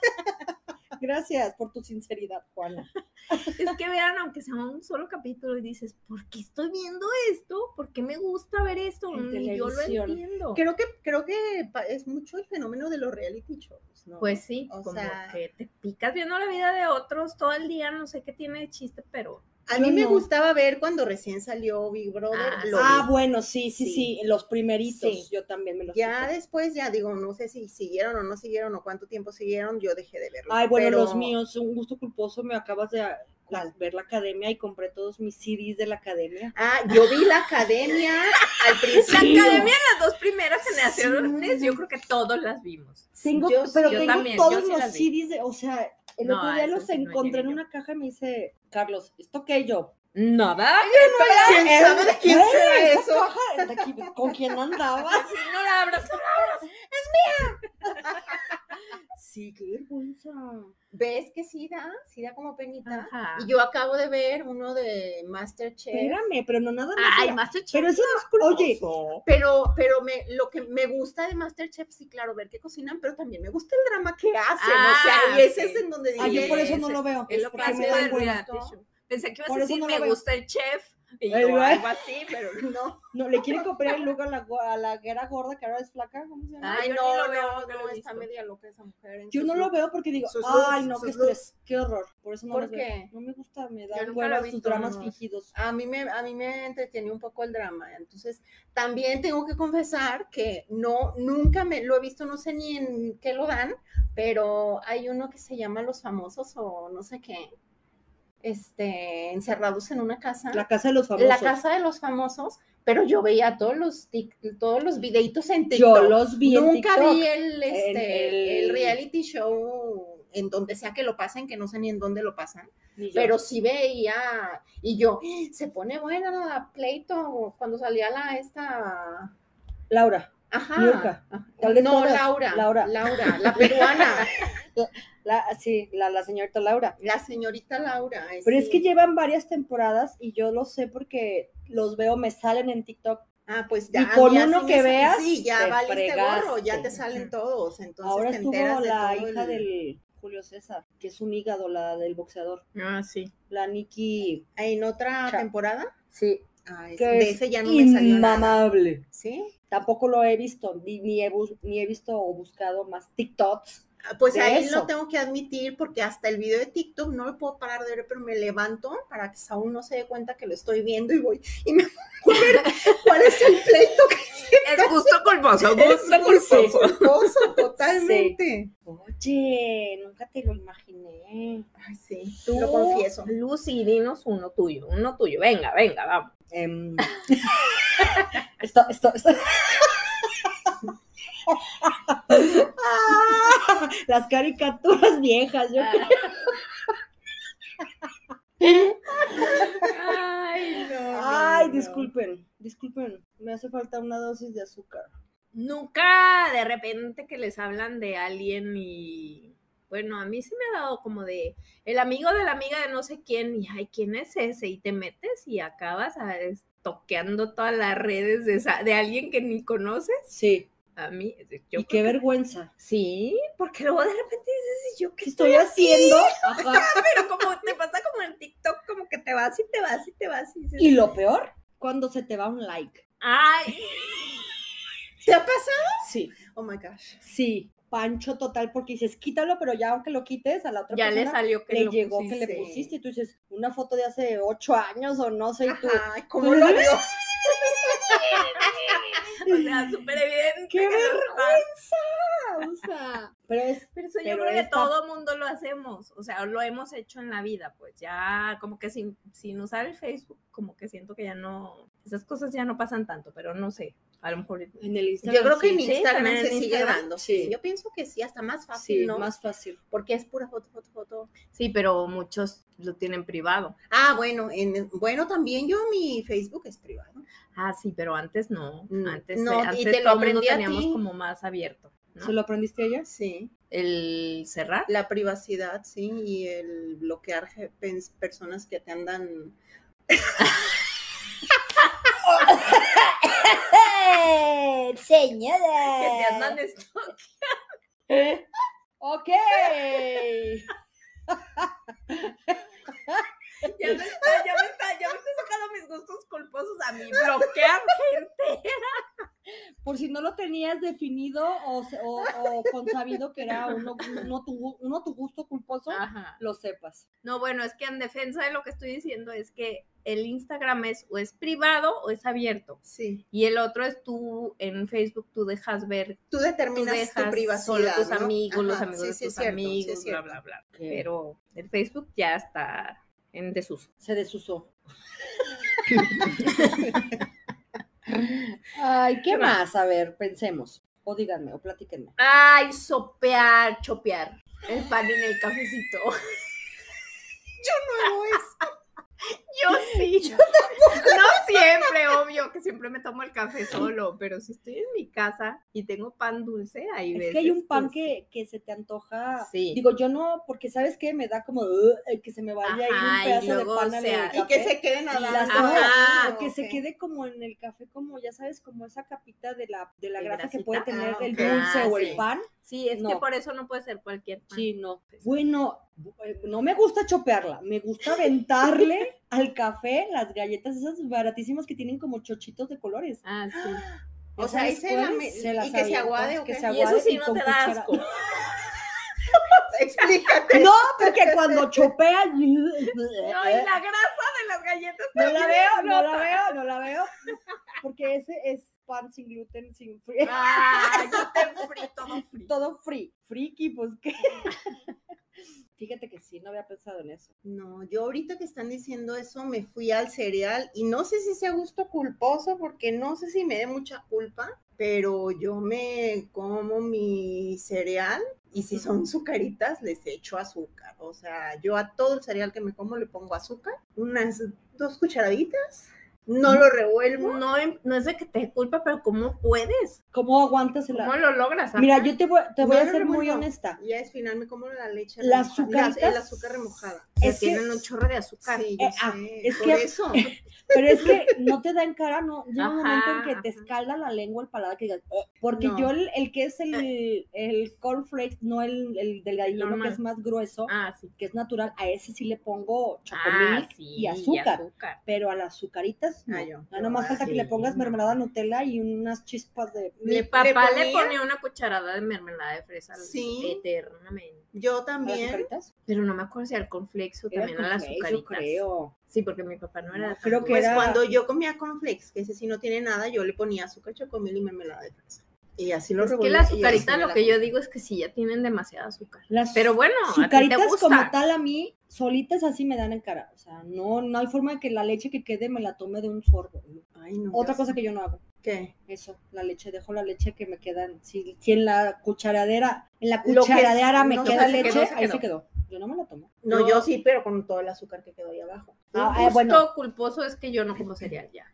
Speaker 3: Gracias por tu sinceridad, Juana.
Speaker 2: Es que vean, aunque sea un solo capítulo, y dices, ¿por qué estoy viendo esto? ¿Por qué me gusta ver esto?
Speaker 3: En
Speaker 2: Ni yo lo
Speaker 3: televisión.
Speaker 2: entiendo.
Speaker 1: Creo que, creo que pa- es mucho el fenómeno de los reality shows, ¿no?
Speaker 2: Pues sí,
Speaker 1: O
Speaker 2: como
Speaker 1: sea-
Speaker 2: que te picas viendo la vida de otros todo el día, no sé qué tiene de chiste, pero
Speaker 1: A
Speaker 3: Yo
Speaker 1: mí me
Speaker 3: no.
Speaker 1: gustaba ver cuando recién salió Big Brother.
Speaker 2: Ah,
Speaker 1: lo
Speaker 3: Ah,
Speaker 1: vi.
Speaker 3: bueno, sí, sí,
Speaker 1: Sí.
Speaker 3: sí, los primeritos,
Speaker 1: Sí.
Speaker 3: yo también me los
Speaker 1: Ya
Speaker 3: chuté.
Speaker 1: después, ya digo, no sé si siguieron o no siguieron o cuánto tiempo siguieron, yo dejé de verlos.
Speaker 3: Ay, bueno,
Speaker 1: pero-
Speaker 3: los míos, un gusto culposo, me acabas de la- ver la academia y compré todos mis CDs de la academia.
Speaker 1: Ah, yo vi la academia al
Speaker 2: la
Speaker 1: principio.
Speaker 2: academia las dos primeras generaciones, yo creo que todos las vimos.
Speaker 3: Tengo,
Speaker 1: Yo
Speaker 3: pero
Speaker 1: sí, yo
Speaker 3: tengo
Speaker 2: también, yo
Speaker 3: todos
Speaker 2: sí
Speaker 3: los
Speaker 2: las vi.
Speaker 3: CDs, de- o sea, el
Speaker 2: No,
Speaker 3: otro
Speaker 2: a
Speaker 3: día
Speaker 2: eso
Speaker 3: los
Speaker 2: sí no
Speaker 3: encontré en
Speaker 2: llegué yo.
Speaker 3: una caja y me dice, Carlos, ¿esto qué yo?
Speaker 2: Nada,
Speaker 1: ¿Quién sabe de quién
Speaker 3: Ay,
Speaker 1: será
Speaker 3: esa
Speaker 1: eso?
Speaker 3: caja, de aquí, ¿Con quién andaba?
Speaker 2: si no la abras.
Speaker 3: Sí, qué vergüenza.
Speaker 1: ¿Ves que sí da? Sí da como penita.
Speaker 2: Ajá.
Speaker 1: Y yo acabo de ver uno de Masterchef.
Speaker 3: Espérame, pero no nada más.
Speaker 2: Ay,
Speaker 3: era-
Speaker 2: Masterchef.
Speaker 3: pero eso no es culposo.
Speaker 1: Oye, pero, pero me, lo que me gusta de Masterchef, sí, claro, ver que cocinan, pero también me gusta el drama que hacen. o sea,
Speaker 2: Ah,
Speaker 1: y ese
Speaker 2: sí.
Speaker 1: es en donde
Speaker 3: Ah, yo por eso no
Speaker 2: ese-
Speaker 3: lo veo.
Speaker 2: es lo
Speaker 3: porque me
Speaker 2: clásico
Speaker 3: da
Speaker 2: del
Speaker 3: hueva.
Speaker 2: reality show. Pensé que ibas
Speaker 3: Por
Speaker 2: a
Speaker 3: eso
Speaker 2: decir,
Speaker 3: no la
Speaker 2: me
Speaker 3: veo.
Speaker 2: gusta el chef, y
Speaker 3: Ay,
Speaker 2: yo
Speaker 3: güey.
Speaker 2: algo así, pero
Speaker 1: No,
Speaker 3: No, le quieren comprar el look a la, gu- a la que era gorda, que ahora es flaca. ¿Cómo se llama?
Speaker 1: ay,
Speaker 2: Ay, yo
Speaker 1: no,
Speaker 2: ni lo
Speaker 1: no,
Speaker 2: veo,
Speaker 1: no,
Speaker 2: nunca lo he
Speaker 1: está
Speaker 2: visto.
Speaker 1: media loca esa mujer. en
Speaker 3: yo
Speaker 1: sus
Speaker 3: no lo
Speaker 1: looks.
Speaker 3: veo porque digo,
Speaker 1: sus looks,
Speaker 3: ay, no, qué
Speaker 1: sus looks".
Speaker 3: estrés, qué horror. Por eso no
Speaker 1: ¿Por
Speaker 3: los
Speaker 1: qué?
Speaker 3: veo. No me gusta, me
Speaker 2: Yo
Speaker 3: da
Speaker 2: nunca lo he
Speaker 3: hueva sus
Speaker 2: visto,
Speaker 3: dramas
Speaker 2: no.
Speaker 3: fingidos.
Speaker 1: A mí, me, a mí me entretiene un poco el drama. Entonces, también tengo que confesar que no, nunca me lo he visto, no sé ni en qué lo dan, pero hay uno que se llama Los Famosos o no sé qué, este, encerrados en una casa.
Speaker 3: La casa de los famosos.
Speaker 1: La casa de los famosos, pero yo veía todos los tic- todos los videitos en TikTok.
Speaker 3: Yo los vi en
Speaker 1: Nunca
Speaker 3: TikTok.
Speaker 1: vi el, este, el
Speaker 3: el-
Speaker 1: reality show en donde sea que lo pasen, que no sé ni en dónde lo pasan
Speaker 3: Ni yo.
Speaker 1: pero sí veía y yo "Eh, se pone buena la pleito cuando salía la esta
Speaker 3: Laura,
Speaker 1: ajá
Speaker 3: Niurka.
Speaker 1: Ajá.
Speaker 3: ¿Cuál de
Speaker 1: no
Speaker 3: todas?
Speaker 1: Laura Laura
Speaker 3: Laura.
Speaker 1: la peruana
Speaker 3: la, sí, la, la señorita Laura.
Speaker 1: la señorita Laura
Speaker 3: Pero es
Speaker 1: sí.
Speaker 3: que llevan varias temporadas y yo lo sé porque los veo, me salen en TikTok.
Speaker 1: ah pues ya
Speaker 3: y con
Speaker 1: ya
Speaker 3: uno
Speaker 1: sí
Speaker 3: que
Speaker 1: me sa-
Speaker 3: veas,
Speaker 1: sí ya
Speaker 3: te
Speaker 1: valiste gorro ya
Speaker 3: fregaste.
Speaker 1: te salen todos entonces
Speaker 3: Ahora
Speaker 1: te
Speaker 3: estuvo
Speaker 1: enteras de
Speaker 3: la
Speaker 1: todo
Speaker 3: hija
Speaker 1: el-
Speaker 3: del Julio César, que es un hígado, la del boxeador.
Speaker 2: Ah, sí.
Speaker 3: La Nikki,
Speaker 1: ¿En otra
Speaker 3: Cha-
Speaker 1: temporada?
Speaker 3: sí,
Speaker 1: Ah, es-
Speaker 3: que
Speaker 1: de
Speaker 3: es
Speaker 1: ese ya no me salió nada.
Speaker 3: inmamable.
Speaker 1: ¿Sí?
Speaker 3: Tampoco lo he visto, ni, ni he bus- ni he visto o buscado más TikToks.
Speaker 1: Ah, Pues
Speaker 3: De
Speaker 1: ahí
Speaker 3: eso.
Speaker 1: lo tengo que admitir porque hasta el video de TikTok no lo puedo parar de ver, pero me levanto para que Saúl no se dé cuenta que lo estoy viendo y voy y me voy a ver cuál es el pleito que
Speaker 2: Es gusto culposo, gusto
Speaker 1: es
Speaker 2: culposo.
Speaker 1: culposo, totalmente.
Speaker 3: Oye, nunca te lo imaginé.
Speaker 1: Ay, sí,
Speaker 3: Tú-
Speaker 1: lo confieso.
Speaker 2: Lucy, dinos uno tuyo, uno tuyo. Venga, venga, vamos.
Speaker 3: Em, esto, esto, esto. Ah, Las caricaturas viejas,
Speaker 2: Ah.
Speaker 3: yo creo.
Speaker 2: Ay, no. no,
Speaker 3: Ay,
Speaker 2: no.
Speaker 3: disculpen, disculpen. Me hace falta una dosis de azúcar.
Speaker 2: Nunca de repente que les hablan de alguien y. Bueno, a mí sí me ha dado como de el amigo de la amiga de no sé quién, y ay, ¿quién es ese? Y te metes y acabas ¿sabes? toqueando todas las redes de, esa- de alguien que ni conoces.
Speaker 3: Sí.
Speaker 2: A mí, yo
Speaker 3: y
Speaker 2: creo
Speaker 3: qué
Speaker 2: que-
Speaker 3: vergüenza.
Speaker 2: Sí, porque luego de repente dices, ¿y yo
Speaker 3: ¿Qué
Speaker 2: qué
Speaker 3: estoy haciendo? Ajá.
Speaker 2: Pero como te pasa como en TikTok, como que te vas y te vas y te vas y dices,
Speaker 3: Y lo peor, cuando se te va un like.
Speaker 2: ¡Ay!
Speaker 1: ¿Te ha pasado?
Speaker 3: Sí.
Speaker 1: Oh my gosh.
Speaker 3: Sí. Pancho total, porque dices, quítalo, pero ya aunque lo quites a la otra
Speaker 2: Ya pues le
Speaker 3: persona,
Speaker 2: salió que
Speaker 3: le,
Speaker 2: lo
Speaker 3: llegó que le
Speaker 1: pusiste.
Speaker 3: pusiste. Y tú dices, una foto de hace ocho años o no sé, y tú,
Speaker 1: Ay, ¿cómo
Speaker 3: tú-
Speaker 1: lo vio?
Speaker 2: O sea, súper evidente.
Speaker 3: ¡Qué
Speaker 2: que nos pasa.
Speaker 3: o sea, pero es,
Speaker 2: Pero eso yo
Speaker 3: Pero
Speaker 2: creo que
Speaker 3: esta-
Speaker 2: todo mundo lo hacemos. O sea, lo hemos hecho en la vida. Pues ya, como que sin, sin usar el Facebook, como que siento que ya no. Esas cosas ya no pasan tanto, pero no sé. A lo mejor.
Speaker 3: en el Instagram.
Speaker 1: Yo creo que
Speaker 3: sí,
Speaker 1: en
Speaker 2: sí,
Speaker 1: Instagram se
Speaker 2: también en
Speaker 1: sigue
Speaker 2: Instagram,
Speaker 1: dando.
Speaker 3: sí.
Speaker 1: Yo pienso que sí, hasta más fácil,
Speaker 3: sí,
Speaker 1: ¿no?
Speaker 3: más fácil.
Speaker 1: Porque es pura foto, foto, foto.
Speaker 2: Sí, pero muchos lo tienen privado.
Speaker 1: Ah, bueno, en, bueno, también yo mi Facebook es privado.
Speaker 2: Ah, sí, pero antes no.
Speaker 1: Mm,
Speaker 2: Antes, eh,
Speaker 1: no, y
Speaker 2: antes
Speaker 1: te lo
Speaker 2: todo el mundo
Speaker 1: aprendí a
Speaker 2: teníamos
Speaker 1: ti.
Speaker 2: como más abierto. ¿no?
Speaker 3: ¿Se lo aprendiste a ella?
Speaker 1: Sí.
Speaker 2: El cerrar.
Speaker 1: La privacidad, sí, y el bloquear je- pens- personas que te andan.
Speaker 2: Que te andan esto.
Speaker 3: ¿Eh? Ok.
Speaker 2: Ya me está, ya me está, ya me está sacando mis gustos culposos a mí. Bloquean gente.
Speaker 3: Por si no lo tenías definido o, se- o- o consabido que era uno, uno tu, gu- uno tu gusto culposo,
Speaker 2: Ajá.
Speaker 3: lo sepas.
Speaker 2: No, bueno, es que en defensa de lo que estoy diciendo es que el Instagram es o es privado o es abierto.
Speaker 1: Sí.
Speaker 2: Y el otro es tú, en Facebook tú dejas ver,
Speaker 1: Tú
Speaker 2: tú
Speaker 1: determinas
Speaker 2: dejas
Speaker 1: tu privacidad.
Speaker 2: solo tus
Speaker 1: ¿no?
Speaker 2: amigos, los
Speaker 1: Ajá,
Speaker 2: amigos
Speaker 1: sí,
Speaker 2: de
Speaker 1: sí,
Speaker 2: tus
Speaker 1: es cierto, sí,
Speaker 2: amigos,
Speaker 1: es
Speaker 2: bla,
Speaker 1: cierto.
Speaker 2: bla, bla. Pero el Facebook ya está en desuso.
Speaker 3: se desusó. Ay, ¿qué más? A ver, pensemos. O díganme, o platíquenme.
Speaker 2: Ay, sopear, chopear. El pan en el cafecito.
Speaker 1: No, es-
Speaker 2: Yo sí. No siempre, obvio, que siempre me tomo el café solo, pero si estoy en mi casa y tengo pan dulce, ahí
Speaker 3: Es que hay un pan
Speaker 2: sí.
Speaker 3: que, que se te antoja.
Speaker 2: Sí.
Speaker 3: Digo, yo no, porque ¿sabes qué? Me da como "Ugh", el que se me vaya a ir
Speaker 2: Ajá,
Speaker 3: un
Speaker 2: y
Speaker 3: pedazo de
Speaker 2: luego
Speaker 3: pan al
Speaker 2: se- y
Speaker 1: Y que se queden
Speaker 3: y
Speaker 1: nadando.
Speaker 3: las
Speaker 2: Ajá,
Speaker 3: o que se
Speaker 1: Ah, ok.
Speaker 3: quede como en el café, como ya sabes, como esa capita de la, de la
Speaker 2: De
Speaker 3: grasa que
Speaker 2: grasita.
Speaker 3: puede tener
Speaker 1: Ah,
Speaker 3: el
Speaker 1: ok.
Speaker 3: dulce
Speaker 2: Ah,
Speaker 3: o
Speaker 2: sí.
Speaker 3: el pan.
Speaker 2: Sí, es que
Speaker 3: No.
Speaker 2: por eso no puede ser cualquier pan.
Speaker 3: Sí, no. Bueno, eh, no me gusta chopearla, me gusta aventarle al café las galletas esas baratísimas que tienen como chochitos de colores.
Speaker 2: Ah, sí.
Speaker 1: O sea, ahí
Speaker 3: ¿Sabes
Speaker 1: se, la
Speaker 3: cuáles?
Speaker 1: me-
Speaker 3: Se las
Speaker 1: y que se
Speaker 3: avientas,
Speaker 1: aguade o
Speaker 3: que
Speaker 1: qué?
Speaker 3: se
Speaker 2: Y eso
Speaker 3: aguade
Speaker 2: sí
Speaker 3: y
Speaker 2: no
Speaker 3: con
Speaker 2: te da
Speaker 3: cuchara.
Speaker 2: asco.
Speaker 1: Explícate.
Speaker 3: No, porque cuando chopea no,
Speaker 2: No, y la grasa de las galletas
Speaker 3: la veo, no la veo, no la veo, porque ese es pan sin gluten, sin free,
Speaker 2: Ah, yo te frito, no frito.
Speaker 3: todo free, friki, pues qué. Fíjate que sí, no había pensado en eso.
Speaker 1: No, yo ahorita que están diciendo eso me fui al cereal y no sé si sea gusto culposo porque no sé si me dé mucha culpa, pero yo me como mi cereal y si son sucaritas les echo azúcar. O sea, yo a todo el cereal que me como le pongo azúcar, unas dos cucharaditas, no lo revuelvo.
Speaker 2: No, em- no es de que te dé culpa, pero ¿cómo puedes?
Speaker 3: ¿Cómo aguantas el?
Speaker 2: ¿Cómo lo logras? ah?
Speaker 3: Mira, yo te voy, te voy
Speaker 1: Yo
Speaker 3: a
Speaker 1: lo
Speaker 3: ser muy
Speaker 1: remuelvo.
Speaker 3: honesta.
Speaker 1: Y ya es final me como la leche
Speaker 3: Las
Speaker 1: remojada, la- el
Speaker 3: azucaritas-
Speaker 1: azúcar remojada.
Speaker 3: Es que-
Speaker 2: tienen un chorro de azúcar.
Speaker 1: Sí, yo
Speaker 3: Eh, ah,
Speaker 1: sé,
Speaker 3: es
Speaker 1: por
Speaker 3: que-
Speaker 1: eso.
Speaker 3: Pero es que no te da en cara, no. Llega un momento en
Speaker 2: Ajá,
Speaker 3: que te
Speaker 2: ajá.
Speaker 3: escalda la lengua el paladar que digas, "Oh", porque
Speaker 1: No.
Speaker 3: yo el, el que es el, el cornflakes, no el, el delgadillo, que
Speaker 2: Normal.
Speaker 3: es más grueso,
Speaker 2: Ah, sí.
Speaker 3: que es natural, a ese sí le pongo
Speaker 2: Ah,
Speaker 3: chocomilk
Speaker 2: sí,
Speaker 3: y azúcar. Pero a las azucaritas, no.
Speaker 1: Ah, yo.
Speaker 3: Ya nomás falta que le
Speaker 2: Sí,
Speaker 3: pongas
Speaker 2: no.
Speaker 3: mermelada Nutella y unas chispas de.
Speaker 2: Mi
Speaker 1: Le-
Speaker 2: papá
Speaker 1: le
Speaker 2: le
Speaker 1: ponía-
Speaker 2: ponía una cucharada de mermelada de fresa al-
Speaker 1: Sí.
Speaker 2: eternamente.
Speaker 1: Yo
Speaker 3: ¿a las
Speaker 1: también.
Speaker 3: azucaritas?
Speaker 2: Pero no me acuerdo si al conflexo
Speaker 3: Era
Speaker 2: también a las
Speaker 3: cornflakes, yo
Speaker 2: azucaritas.
Speaker 3: creo.
Speaker 2: Sí, porque mi papá no era.
Speaker 3: No,
Speaker 2: tan
Speaker 3: creo
Speaker 2: dulce.
Speaker 3: que
Speaker 1: Pues
Speaker 3: era-
Speaker 1: cuando yo comía cornflakes, que ese sí no tiene nada, yo le ponía azúcar, chocomil y mermelada de fresa. Y así lo
Speaker 2: Es que
Speaker 1: revolvía.
Speaker 2: la
Speaker 1: y así
Speaker 2: azucarita,
Speaker 1: me
Speaker 2: lo
Speaker 1: la
Speaker 2: que yo
Speaker 1: comía.
Speaker 2: digo es que sí, ya tienen demasiada azúcar.
Speaker 3: Las
Speaker 2: Pero bueno, a ti te
Speaker 3: azucaritas
Speaker 2: gusta.
Speaker 3: como tal a mí, solitas así me dan en cara. O sea, no, no hay forma de que la leche que quede me la tome de un sorbo.
Speaker 1: Ay, no,
Speaker 3: Otra
Speaker 1: ya
Speaker 3: cosa
Speaker 1: sé.
Speaker 3: que yo no hago.
Speaker 1: ¿Qué?
Speaker 3: Eso, la leche, dejo la leche que me queda. en- Si, si en la cucharadera, en la
Speaker 1: Lo que-
Speaker 3: cucharadera me
Speaker 1: no,
Speaker 3: queda
Speaker 1: se
Speaker 3: leche,
Speaker 1: quedó,
Speaker 2: se
Speaker 3: ahí se
Speaker 2: quedó.
Speaker 3: quedó. Yo no me la tomo.
Speaker 1: No,
Speaker 2: Yo-
Speaker 1: yo sí, pero con todo el azúcar que quedó ahí abajo. pues,
Speaker 2: Un
Speaker 3: Ah, eh,
Speaker 2: gusto
Speaker 3: bueno.
Speaker 2: culposo es que yo no como cereal ya.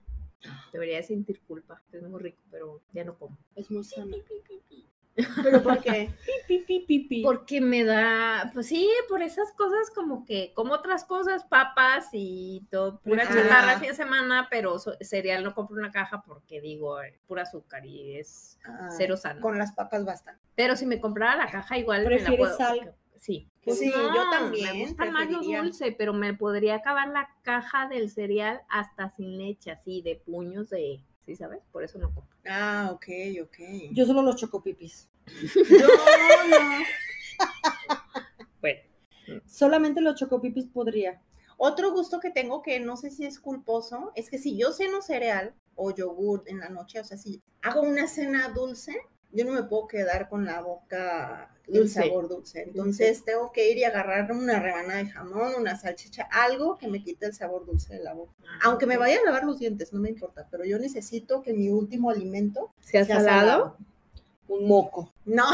Speaker 2: Debería de sentir culpa. Es muy rico, pero ya no como.
Speaker 3: Es muy sana.
Speaker 1: ¿Pero por qué?
Speaker 3: Pi, pi, pi, pi.
Speaker 2: Porque me da, pues sí, por esas cosas como que como otras cosas, papas y todo, pura
Speaker 3: Ah.
Speaker 1: Pura
Speaker 2: chatarra
Speaker 1: azúcar.
Speaker 2: fin de semana, pero so- cereal no compro una caja porque digo, eh, pura azúcar y es
Speaker 1: Ah,
Speaker 2: cero sano.
Speaker 1: Con las papas basta.
Speaker 2: Pero si me comprara la caja igual me la
Speaker 3: ¿Prefieres
Speaker 2: puedo.
Speaker 3: sal?
Speaker 2: porque- Sí.
Speaker 1: Pues sí, yo también
Speaker 2: Me gusta más los
Speaker 1: preferiría.
Speaker 2: dulce, pero me podría acabar la caja del cereal hasta sin leche, así de puños de, ¿sí sabes? Por eso no compro.
Speaker 1: Ah, ok, ok.
Speaker 3: Yo solo los chocopipis.
Speaker 1: Yo no.
Speaker 2: Bueno,
Speaker 3: Solamente los chocopipis podría.
Speaker 1: Otro gusto que tengo que no sé si es culposo es que si yo ceno cereal o yogur en la noche, o sea, si hago una cena dulce, yo no me puedo quedar con la boca
Speaker 2: Dulce.
Speaker 1: dulce, sabor dulce. Entonces tengo que ir y agarrar una rebanada de jamón, una salchicha, algo que me quite el sabor dulce de la boca.
Speaker 2: Ah,
Speaker 1: Aunque me vaya a lavar los dientes, no me importa, pero yo necesito que mi último alimento
Speaker 2: ¿Se ha
Speaker 1: sea
Speaker 2: salado?
Speaker 1: salado.
Speaker 3: Un moco.
Speaker 1: No,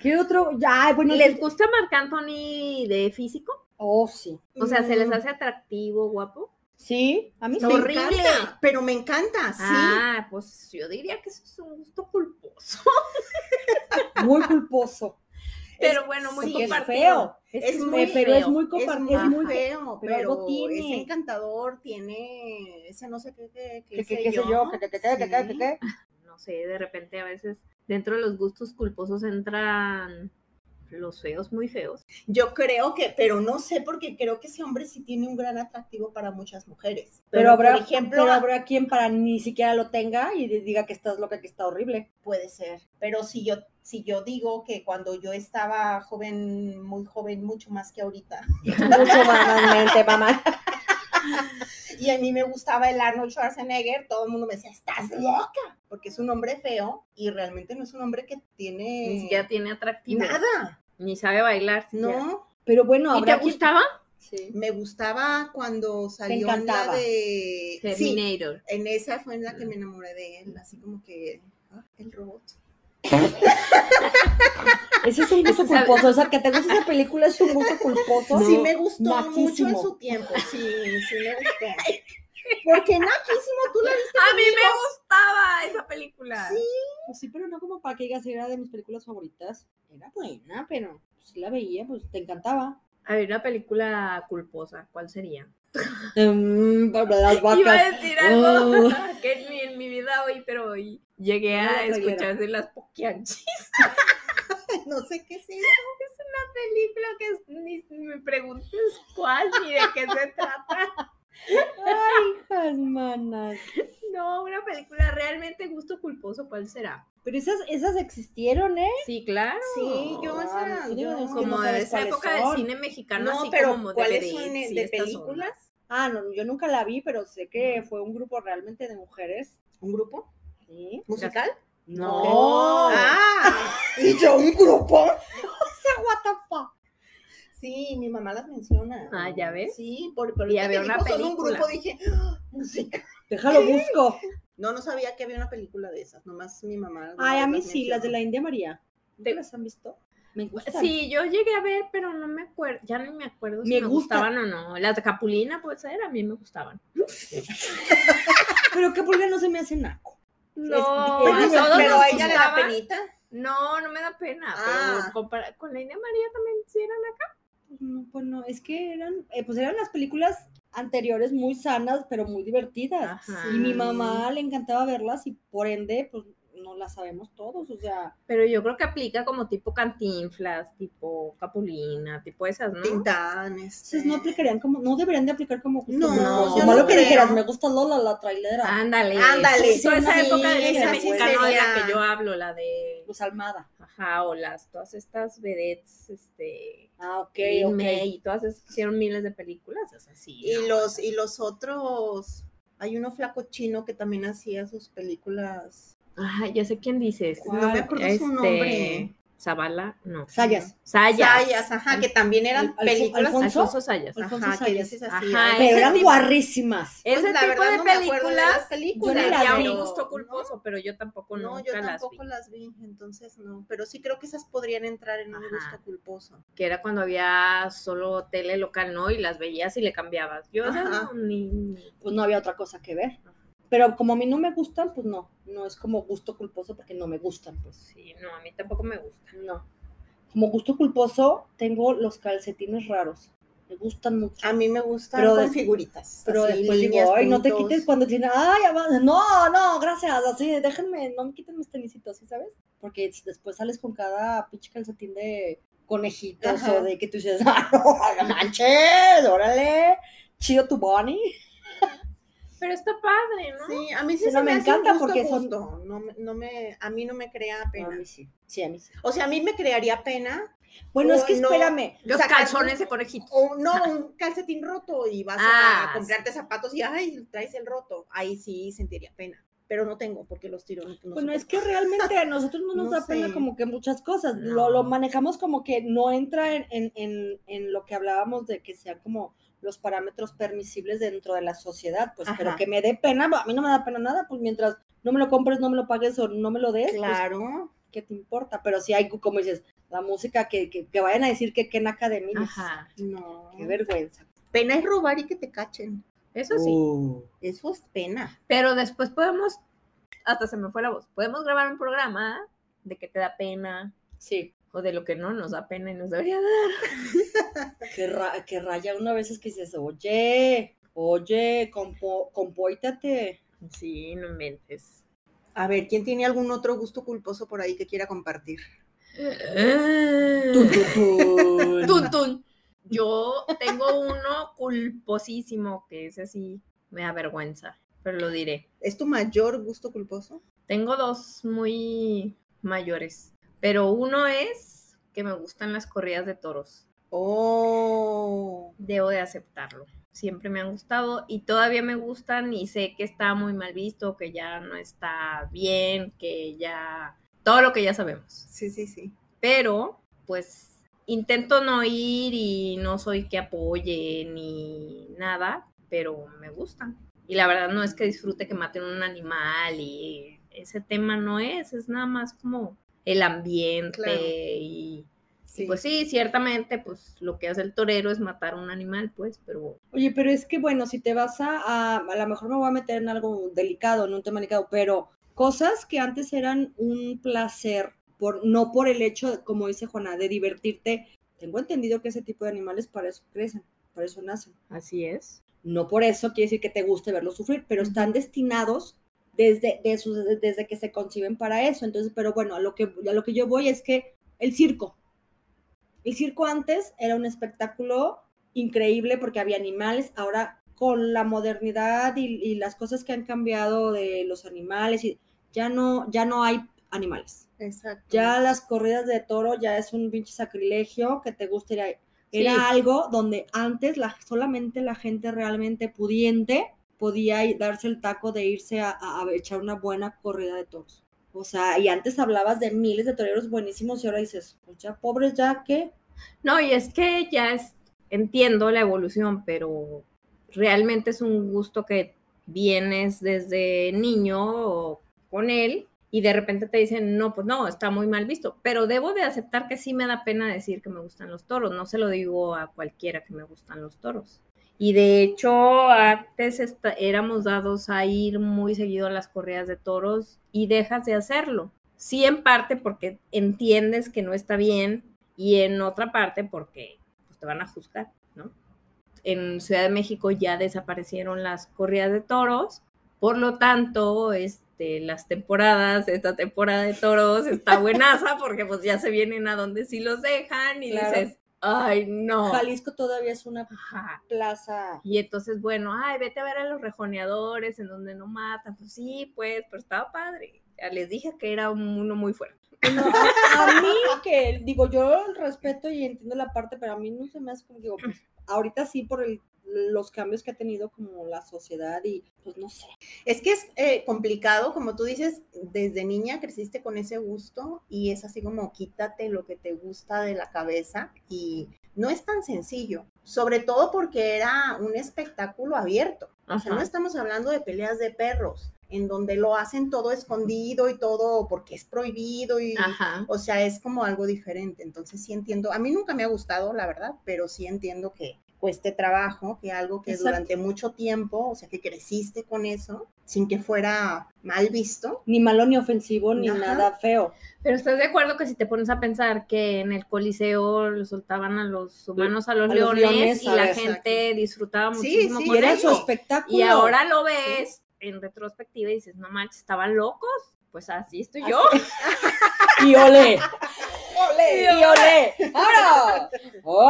Speaker 3: ¿Qué otro? Ya, ay, bueno.
Speaker 2: ¿Les
Speaker 3: yo-
Speaker 2: gusta Marc Anthony de físico?
Speaker 3: Oh, sí.
Speaker 2: O sea, ¿se les
Speaker 1: Mm.
Speaker 2: hace atractivo, guapo?
Speaker 3: Sí, a mí
Speaker 2: Está
Speaker 3: sí.
Speaker 1: me
Speaker 2: horrible.
Speaker 1: encanta, pero me encanta, sí.
Speaker 2: Ah, pues yo diría que eso es un gusto culposo.
Speaker 3: Muy culposo.
Speaker 2: Pero bueno, muy
Speaker 3: sí, es
Speaker 2: compartido.
Speaker 3: feo.
Speaker 2: Es,
Speaker 1: Es
Speaker 2: muy
Speaker 1: muy-
Speaker 3: pero
Speaker 2: feo.
Speaker 3: es muy
Speaker 1: es
Speaker 3: compartido.
Speaker 1: muy,
Speaker 3: Es muy,
Speaker 1: feo,
Speaker 3: pero
Speaker 1: pero,
Speaker 3: algo tiene.
Speaker 1: es encantador, tiene ese no sé qué, qué, qué
Speaker 3: que, que,
Speaker 1: sé
Speaker 3: que sé yo,
Speaker 1: yo.
Speaker 3: que, que, que, que, que, que, que,
Speaker 1: Sí.
Speaker 3: que.
Speaker 2: No sé, de repente a veces dentro de los gustos culposos entran los feos muy feos.
Speaker 1: Yo creo que, pero no sé porque creo que ese hombre sí tiene un gran atractivo para muchas mujeres.
Speaker 3: Pero habrá,
Speaker 1: por ejemplo,
Speaker 3: pero habrá quien para ni siquiera lo tenga y di- diga que estás loca, que está horrible.
Speaker 1: puede ser. Pero si yo, si yo digo que cuando yo estaba joven, muy joven, mucho más que ahorita,
Speaker 3: Mucho mamamente, mamá.
Speaker 1: y a mí me gustaba el Arnold Schwarzenegger, todo el mundo me decía, estás loca, porque es un hombre feo y realmente no es un hombre que
Speaker 2: Ni
Speaker 1: tiene
Speaker 2: siquiera tiene atractivo.
Speaker 1: nada,
Speaker 2: Ni sabe bailar. siquiera.
Speaker 1: ¿no?
Speaker 3: Pero bueno,
Speaker 2: ¿Y te
Speaker 3: habrá quien-
Speaker 2: gustaba?
Speaker 3: Sí.
Speaker 1: Me gustaba cuando salió en la
Speaker 3: encantaba.
Speaker 1: de... Sí,
Speaker 2: Terminator.
Speaker 1: en esa fue en la que me enamoré de él, así como que... ah, el robot.
Speaker 3: Ese es un gusto
Speaker 2: ¿Sabes?
Speaker 3: culposo. O sea, que te gusta esa película es un gusto culposo.
Speaker 1: sí me gustó mucho en
Speaker 3: naquísimo.
Speaker 1: su tiempo, sí, sí me gustó. Porque naquísimo, tú la viste.
Speaker 2: A mí me gustaba esa película.
Speaker 1: Sí.
Speaker 3: Pues sí, pero no como para que digas era de mis películas favoritas. Era buena, pero si la veía, pues te encantaba.
Speaker 2: A ver, una película culposa, ¿cuál sería?
Speaker 3: Mm, para las vacas.
Speaker 2: Iba a decir algo
Speaker 3: Oh.
Speaker 2: que ni en mi vida oí, pero hoy llegué
Speaker 3: No
Speaker 2: a
Speaker 3: la traguera.
Speaker 2: escuchar de las poquianchis.
Speaker 1: No sé qué es eso.
Speaker 2: película que es- ni me preguntes cuál ni de qué se trata.
Speaker 3: Ay, hijas manas.
Speaker 2: No, una película realmente gusto culposo, ¿cuál será?
Speaker 3: Pero esas, esas existieron, ¿eh?
Speaker 2: Sí, claro.
Speaker 1: Sí, yo
Speaker 3: Ah,
Speaker 1: esa.
Speaker 3: tú digo,
Speaker 1: yo-
Speaker 3: es
Speaker 2: Como
Speaker 3: no
Speaker 2: de
Speaker 3: sabes
Speaker 2: esa
Speaker 3: cuáles
Speaker 2: época
Speaker 3: son.
Speaker 2: del cine mexicano,
Speaker 1: No,
Speaker 2: así
Speaker 1: pero
Speaker 2: como
Speaker 1: ¿cuáles
Speaker 2: de,
Speaker 1: son, eh,
Speaker 2: vedette y
Speaker 1: de
Speaker 2: estas
Speaker 1: películas?
Speaker 2: ondas.
Speaker 3: Ah, no, yo nunca la vi, pero sé que fue un grupo realmente de mujeres.
Speaker 1: ¿Un grupo?
Speaker 3: ¿Sí?
Speaker 1: ¿Musical?
Speaker 3: No.
Speaker 1: Ah, y yo un grupo.
Speaker 3: what the fuck?
Speaker 1: Sí, mi mamá las menciona.
Speaker 2: Ah, ¿ya ves?
Speaker 1: Sí, por, por
Speaker 2: Y
Speaker 1: ahorita
Speaker 2: había
Speaker 1: que
Speaker 2: una
Speaker 1: dijo, son un
Speaker 2: película.
Speaker 1: grupo, dije, ¡ah! música.
Speaker 3: Déjalo busco.
Speaker 1: No, no sabía que había una película de esas, nomás mi mamá. alguna
Speaker 3: Ay, a
Speaker 1: vez
Speaker 3: mí
Speaker 1: las
Speaker 3: sí, las de
Speaker 1: mencionó.
Speaker 3: la India María. ¿Te
Speaker 2: Te-
Speaker 3: las han visto? Me gustan.
Speaker 2: Sí, yo llegué a ver, pero no me acuerdo, ya no me acuerdo si
Speaker 3: Me
Speaker 2: me,
Speaker 3: gusta.
Speaker 2: gustaban o no. Las de Capulina, puede ser, a mí me gustaban.
Speaker 3: Pero que porque no se me hace naco.
Speaker 2: No,
Speaker 3: es-
Speaker 2: a
Speaker 3: pero
Speaker 2: todos
Speaker 1: pero
Speaker 2: nos
Speaker 1: a ella le da
Speaker 2: gustaban.
Speaker 1: penita.
Speaker 2: No, no me da pena,
Speaker 1: Ah.
Speaker 2: pero compara- con la India María también sí eran acá.
Speaker 3: No, pues no, es que eran, eh, pues eran las películas anteriores muy sanas, pero muy divertidas.
Speaker 2: Ajá.
Speaker 3: Y mi mamá le encantaba verlas y por ende, pues no las sabemos todos, o sea,
Speaker 2: Pero yo creo que aplica como tipo cantinflas, tipo capulina, tipo esas, ¿no?
Speaker 1: Tintán,
Speaker 3: entonces
Speaker 1: este,
Speaker 3: no aplicarían como, no deberían de aplicar como justo
Speaker 1: No,
Speaker 3: como-
Speaker 2: yo
Speaker 3: como
Speaker 2: no Ah.
Speaker 3: lo que
Speaker 1: creo.
Speaker 3: dijeran, me gusta Lola la trailera,
Speaker 2: Ándale.
Speaker 1: Ándale,
Speaker 2: Justo esa
Speaker 3: sí,
Speaker 2: época del cine
Speaker 3: esa sí
Speaker 2: mexicano de la
Speaker 1: sería.
Speaker 2: que yo hablo, la de.
Speaker 3: Luz pues, Almada.
Speaker 2: Ajá, o las, todas estas vedettes, este.
Speaker 3: Ah, ok,
Speaker 2: Lin
Speaker 3: ok.
Speaker 2: May y todas esas que hicieron miles de películas, es así.
Speaker 1: Y los, y los otros, hay uno flaco chino que también hacía sus películas.
Speaker 2: Ajá, ya sé quién dices. Este,
Speaker 3: ¿Cuál?
Speaker 1: No me acuerdo su nombre.
Speaker 2: Zavala, no.
Speaker 3: Sayas.
Speaker 2: Sayas.
Speaker 1: Sayas, ajá, que pues, también eran
Speaker 3: Al- Alfo-
Speaker 1: películas.
Speaker 3: Alfonso.
Speaker 2: Alfonso Sayas.
Speaker 1: Ajá,
Speaker 3: Alfonso
Speaker 1: que
Speaker 3: Sayas.
Speaker 1: dices así.
Speaker 2: Ajá,
Speaker 1: ay,
Speaker 3: Pero
Speaker 2: ese
Speaker 3: eran
Speaker 2: tipo-
Speaker 3: guarrísimas.
Speaker 1: pues,
Speaker 2: Ese
Speaker 1: la
Speaker 2: tipo
Speaker 1: verdad
Speaker 2: de
Speaker 1: no me acuerdo de las
Speaker 2: películas
Speaker 1: películas,
Speaker 3: yo ni las
Speaker 2: sería
Speaker 3: veo.
Speaker 2: un gusto culposo, pero yo tampoco
Speaker 1: No,
Speaker 2: nunca
Speaker 1: yo
Speaker 2: las
Speaker 1: tampoco
Speaker 2: vi.
Speaker 1: las vi. entonces no. Pero sí creo que esas podrían entrar en un
Speaker 2: Ajá.
Speaker 1: gusto culposo.
Speaker 2: Que era cuando había solo tele local, ¿no? Y las veías y le cambiabas. Yo esas
Speaker 1: Ajá.
Speaker 2: no, ni, ni-
Speaker 3: Pues no había otra cosa que ver. Pero como a mí no me gustan, pues no, no es como gusto culposo porque no me gustan, pues.
Speaker 2: Sí, no, a mí tampoco me gusta.
Speaker 3: No. Como gusto culposo, tengo los calcetines raros. Me gustan mucho.
Speaker 1: A mí me gustan
Speaker 3: Pero
Speaker 1: con
Speaker 3: des-
Speaker 1: figuritas.
Speaker 3: Pero
Speaker 1: Ah, así,
Speaker 3: después
Speaker 1: líneas,
Speaker 3: digo, ay, no te
Speaker 1: puntos".
Speaker 3: quites cuando tiene, ay, avanza". no, no, gracias, así, déjenme, no me quiten mis tenisitos, ¿sí sabes? Porque si después sales con cada pinche calcetín de conejitos
Speaker 1: Ajá.
Speaker 3: o de que tú dices, ah, no, no manches, órale, chido tu bunny.
Speaker 2: Pero está padre, ¿no?
Speaker 1: Sí, a mí sí
Speaker 3: Sí,
Speaker 1: se
Speaker 3: no,
Speaker 1: me,
Speaker 3: me
Speaker 1: encanta
Speaker 3: encanta
Speaker 1: porque
Speaker 3: porque son-
Speaker 1: No, me- no me, a mí no me crea pena.
Speaker 3: A mí sí, sí, a mí sí.
Speaker 1: O sea, a mí me crearía pena.
Speaker 3: Bueno,
Speaker 1: Oh,
Speaker 3: es que
Speaker 1: no.
Speaker 3: espérame, Ah.
Speaker 2: Los
Speaker 1: sacar-
Speaker 2: calzones de conejitos.
Speaker 1: O no, un calcetín roto y vas a
Speaker 2: Ah,
Speaker 1: comprarte zapatos y ay, traes el roto. Ahí sí sentiría pena. Pero no tengo porque los tiro. No, no
Speaker 3: Bueno,
Speaker 1: sé
Speaker 3: Pues es que realmente a nosotros no nos
Speaker 1: No
Speaker 3: da pena
Speaker 1: sé.
Speaker 3: como que muchas cosas.
Speaker 2: No.
Speaker 3: Lo, lo manejamos como que no entra en, en- en- en lo que hablábamos de que sean como los parámetros permisibles dentro de la sociedad, pues, pero
Speaker 1: Ajá.
Speaker 3: que me dé pena, a mí no me da pena nada, pues mientras no me lo compres, no me lo pagues o no me lo
Speaker 1: por
Speaker 3: des,
Speaker 1: qué.
Speaker 3: pues,
Speaker 1: Claro.
Speaker 3: ¿qué te importa? Pero si hay, como dices, la música que, que, que vayan a decir que Ken Academy, pues,
Speaker 2: Ajá.
Speaker 1: No.
Speaker 3: qué vergüenza.
Speaker 1: Pena es robar y que te cachen.
Speaker 2: Eso sí.
Speaker 3: Uh.
Speaker 1: Eso es pena.
Speaker 2: Pero después podemos, hasta se me fue la voz, podemos grabar un programa de que te da pena
Speaker 3: Sí,
Speaker 2: o de lo que no nos da pena y nos debería dar.
Speaker 3: que, ra- que raya una vez es que dices, oye, oye, compo, compóitate.
Speaker 2: Sí, no inventes.
Speaker 1: A ver, ¿quién tiene algún otro gusto culposo por ahí que quiera compartir?
Speaker 3: Tun, tun, tun.
Speaker 2: Tun, tun. Yo tengo uno culposísimo que es así, me avergüenza, pero lo diré.
Speaker 1: ¿Es tu mayor gusto culposo?
Speaker 2: Tengo dos muy mayores, pero uno es que me gustan las corridas de toros.
Speaker 1: Oh.
Speaker 2: debo de aceptarlo. Siempre me han gustado y todavía me gustan y sé que está muy mal visto, que ya no está bien, que ya todo lo que ya sabemos.
Speaker 1: Sí, sí, sí.
Speaker 2: Pero pues intento no ir y no soy que apoye ni nada, pero me gustan. Y la verdad no es que disfrute que maten un animal y ese tema no es, es nada más como el ambiente
Speaker 1: Claro.
Speaker 2: y
Speaker 1: Sí.
Speaker 2: y pues sí, ciertamente, pues lo que hace el torero es matar a un animal, pues, pero
Speaker 3: Oye, pero es que bueno, si te vas a, a, a lo mejor me voy a meter en algo delicado, en un tema delicado, pero cosas que antes eran un placer, por, no por el hecho, de, como dice Juana, de divertirte. Tengo entendido que ese tipo de animales para eso crecen, para eso nacen.
Speaker 2: así es.
Speaker 3: No por eso quiere decir que te guste verlos sufrir, pero están destinados desde, de sus- desde que se conciben para eso. Entonces, pero bueno, a lo que, a lo que yo voy es que el circo. El circo antes era un espectáculo increíble porque había animales, ahora con la modernidad y, y las cosas que han cambiado de los animales, y ya, no, ya no hay animales.
Speaker 1: Exacto.
Speaker 3: Ya las corridas de toro ya es un pinche sacrilegio que te gusta ir a- Era
Speaker 2: Sí.
Speaker 3: algo donde antes la, solamente la gente realmente pudiente podía ir- darse el taco de irse a, a- a echar una buena corrida de toros. O sea, y antes hablabas de miles de toreros buenísimos y ahora dices, pues ya pobres, ya que
Speaker 2: No, y es que ya es, entiendo la evolución, pero realmente es un gusto que vienes desde niño con él y de repente te dicen, no, pues no, está muy mal visto, pero debo de aceptar que sí me da pena decir que me gustan los toros, no se lo digo a cualquiera que me gustan los toros. Y de hecho, antes esta- éramos dados a ir muy seguido a las corridas de toros y dejas de hacerlo. Sí, en parte porque entiendes que no está bien y en otra parte porque pues, te van a juzgar, ¿no? En Ciudad de México ya desaparecieron las corridas de toros, por lo tanto, este, las temporadas, esta temporada de toros está buenaza porque pues ya se vienen a donde sí los dejan y
Speaker 3: Claro.
Speaker 2: dices, ay, no.
Speaker 3: Jalisco todavía es una
Speaker 2: Ajá.
Speaker 3: plaza.
Speaker 2: Y entonces, bueno, ay, vete a ver a los rejoneadores en donde no matan. Pues sí, pues, pero estaba padre. Ya les dije que era un- uno muy fuerte.
Speaker 3: No, a, a mí que digo, yo el respeto y entiendo la parte, pero a mí no se me hace como digo, pues, ahorita sí por el- los cambios que ha tenido como la sociedad y pues no sé.
Speaker 1: Es que es eh, complicado, como tú dices, desde niña creciste con ese gusto y es así como quítate lo que te gusta de la cabeza y no es tan sencillo, sobre todo porque era un espectáculo abierto. O sea, no estamos hablando de peleas de perros, en donde lo hacen todo escondido y todo porque es prohibido y...
Speaker 2: Ajá.
Speaker 1: O sea, es como algo diferente. Entonces sí entiendo, a mí nunca me ha gustado, la verdad, pero sí entiendo que cueste trabajo, que algo que
Speaker 3: Exacto.
Speaker 1: durante mucho tiempo, o sea, que creciste con eso, sin que fuera mal visto.
Speaker 3: Ni malo ni ofensivo ni
Speaker 1: Ajá.
Speaker 3: nada feo.
Speaker 2: Pero estás de acuerdo que si te pones a pensar que en el Coliseo le soltaban a los humanos a los,
Speaker 3: A los
Speaker 2: leones,
Speaker 3: leones,
Speaker 2: y
Speaker 3: a
Speaker 2: la
Speaker 3: ver,
Speaker 2: gente disfrutaba
Speaker 1: Sí,
Speaker 2: muchísimo
Speaker 1: sí,
Speaker 2: con
Speaker 3: Y era
Speaker 2: eso.
Speaker 3: su espectáculo.
Speaker 2: Y ahora lo ves en retrospectiva y dices, no manches, estaban locos. Pues así estoy yo.
Speaker 3: Y ole,
Speaker 1: ¡Ole!
Speaker 3: y ole. ¡Ahora!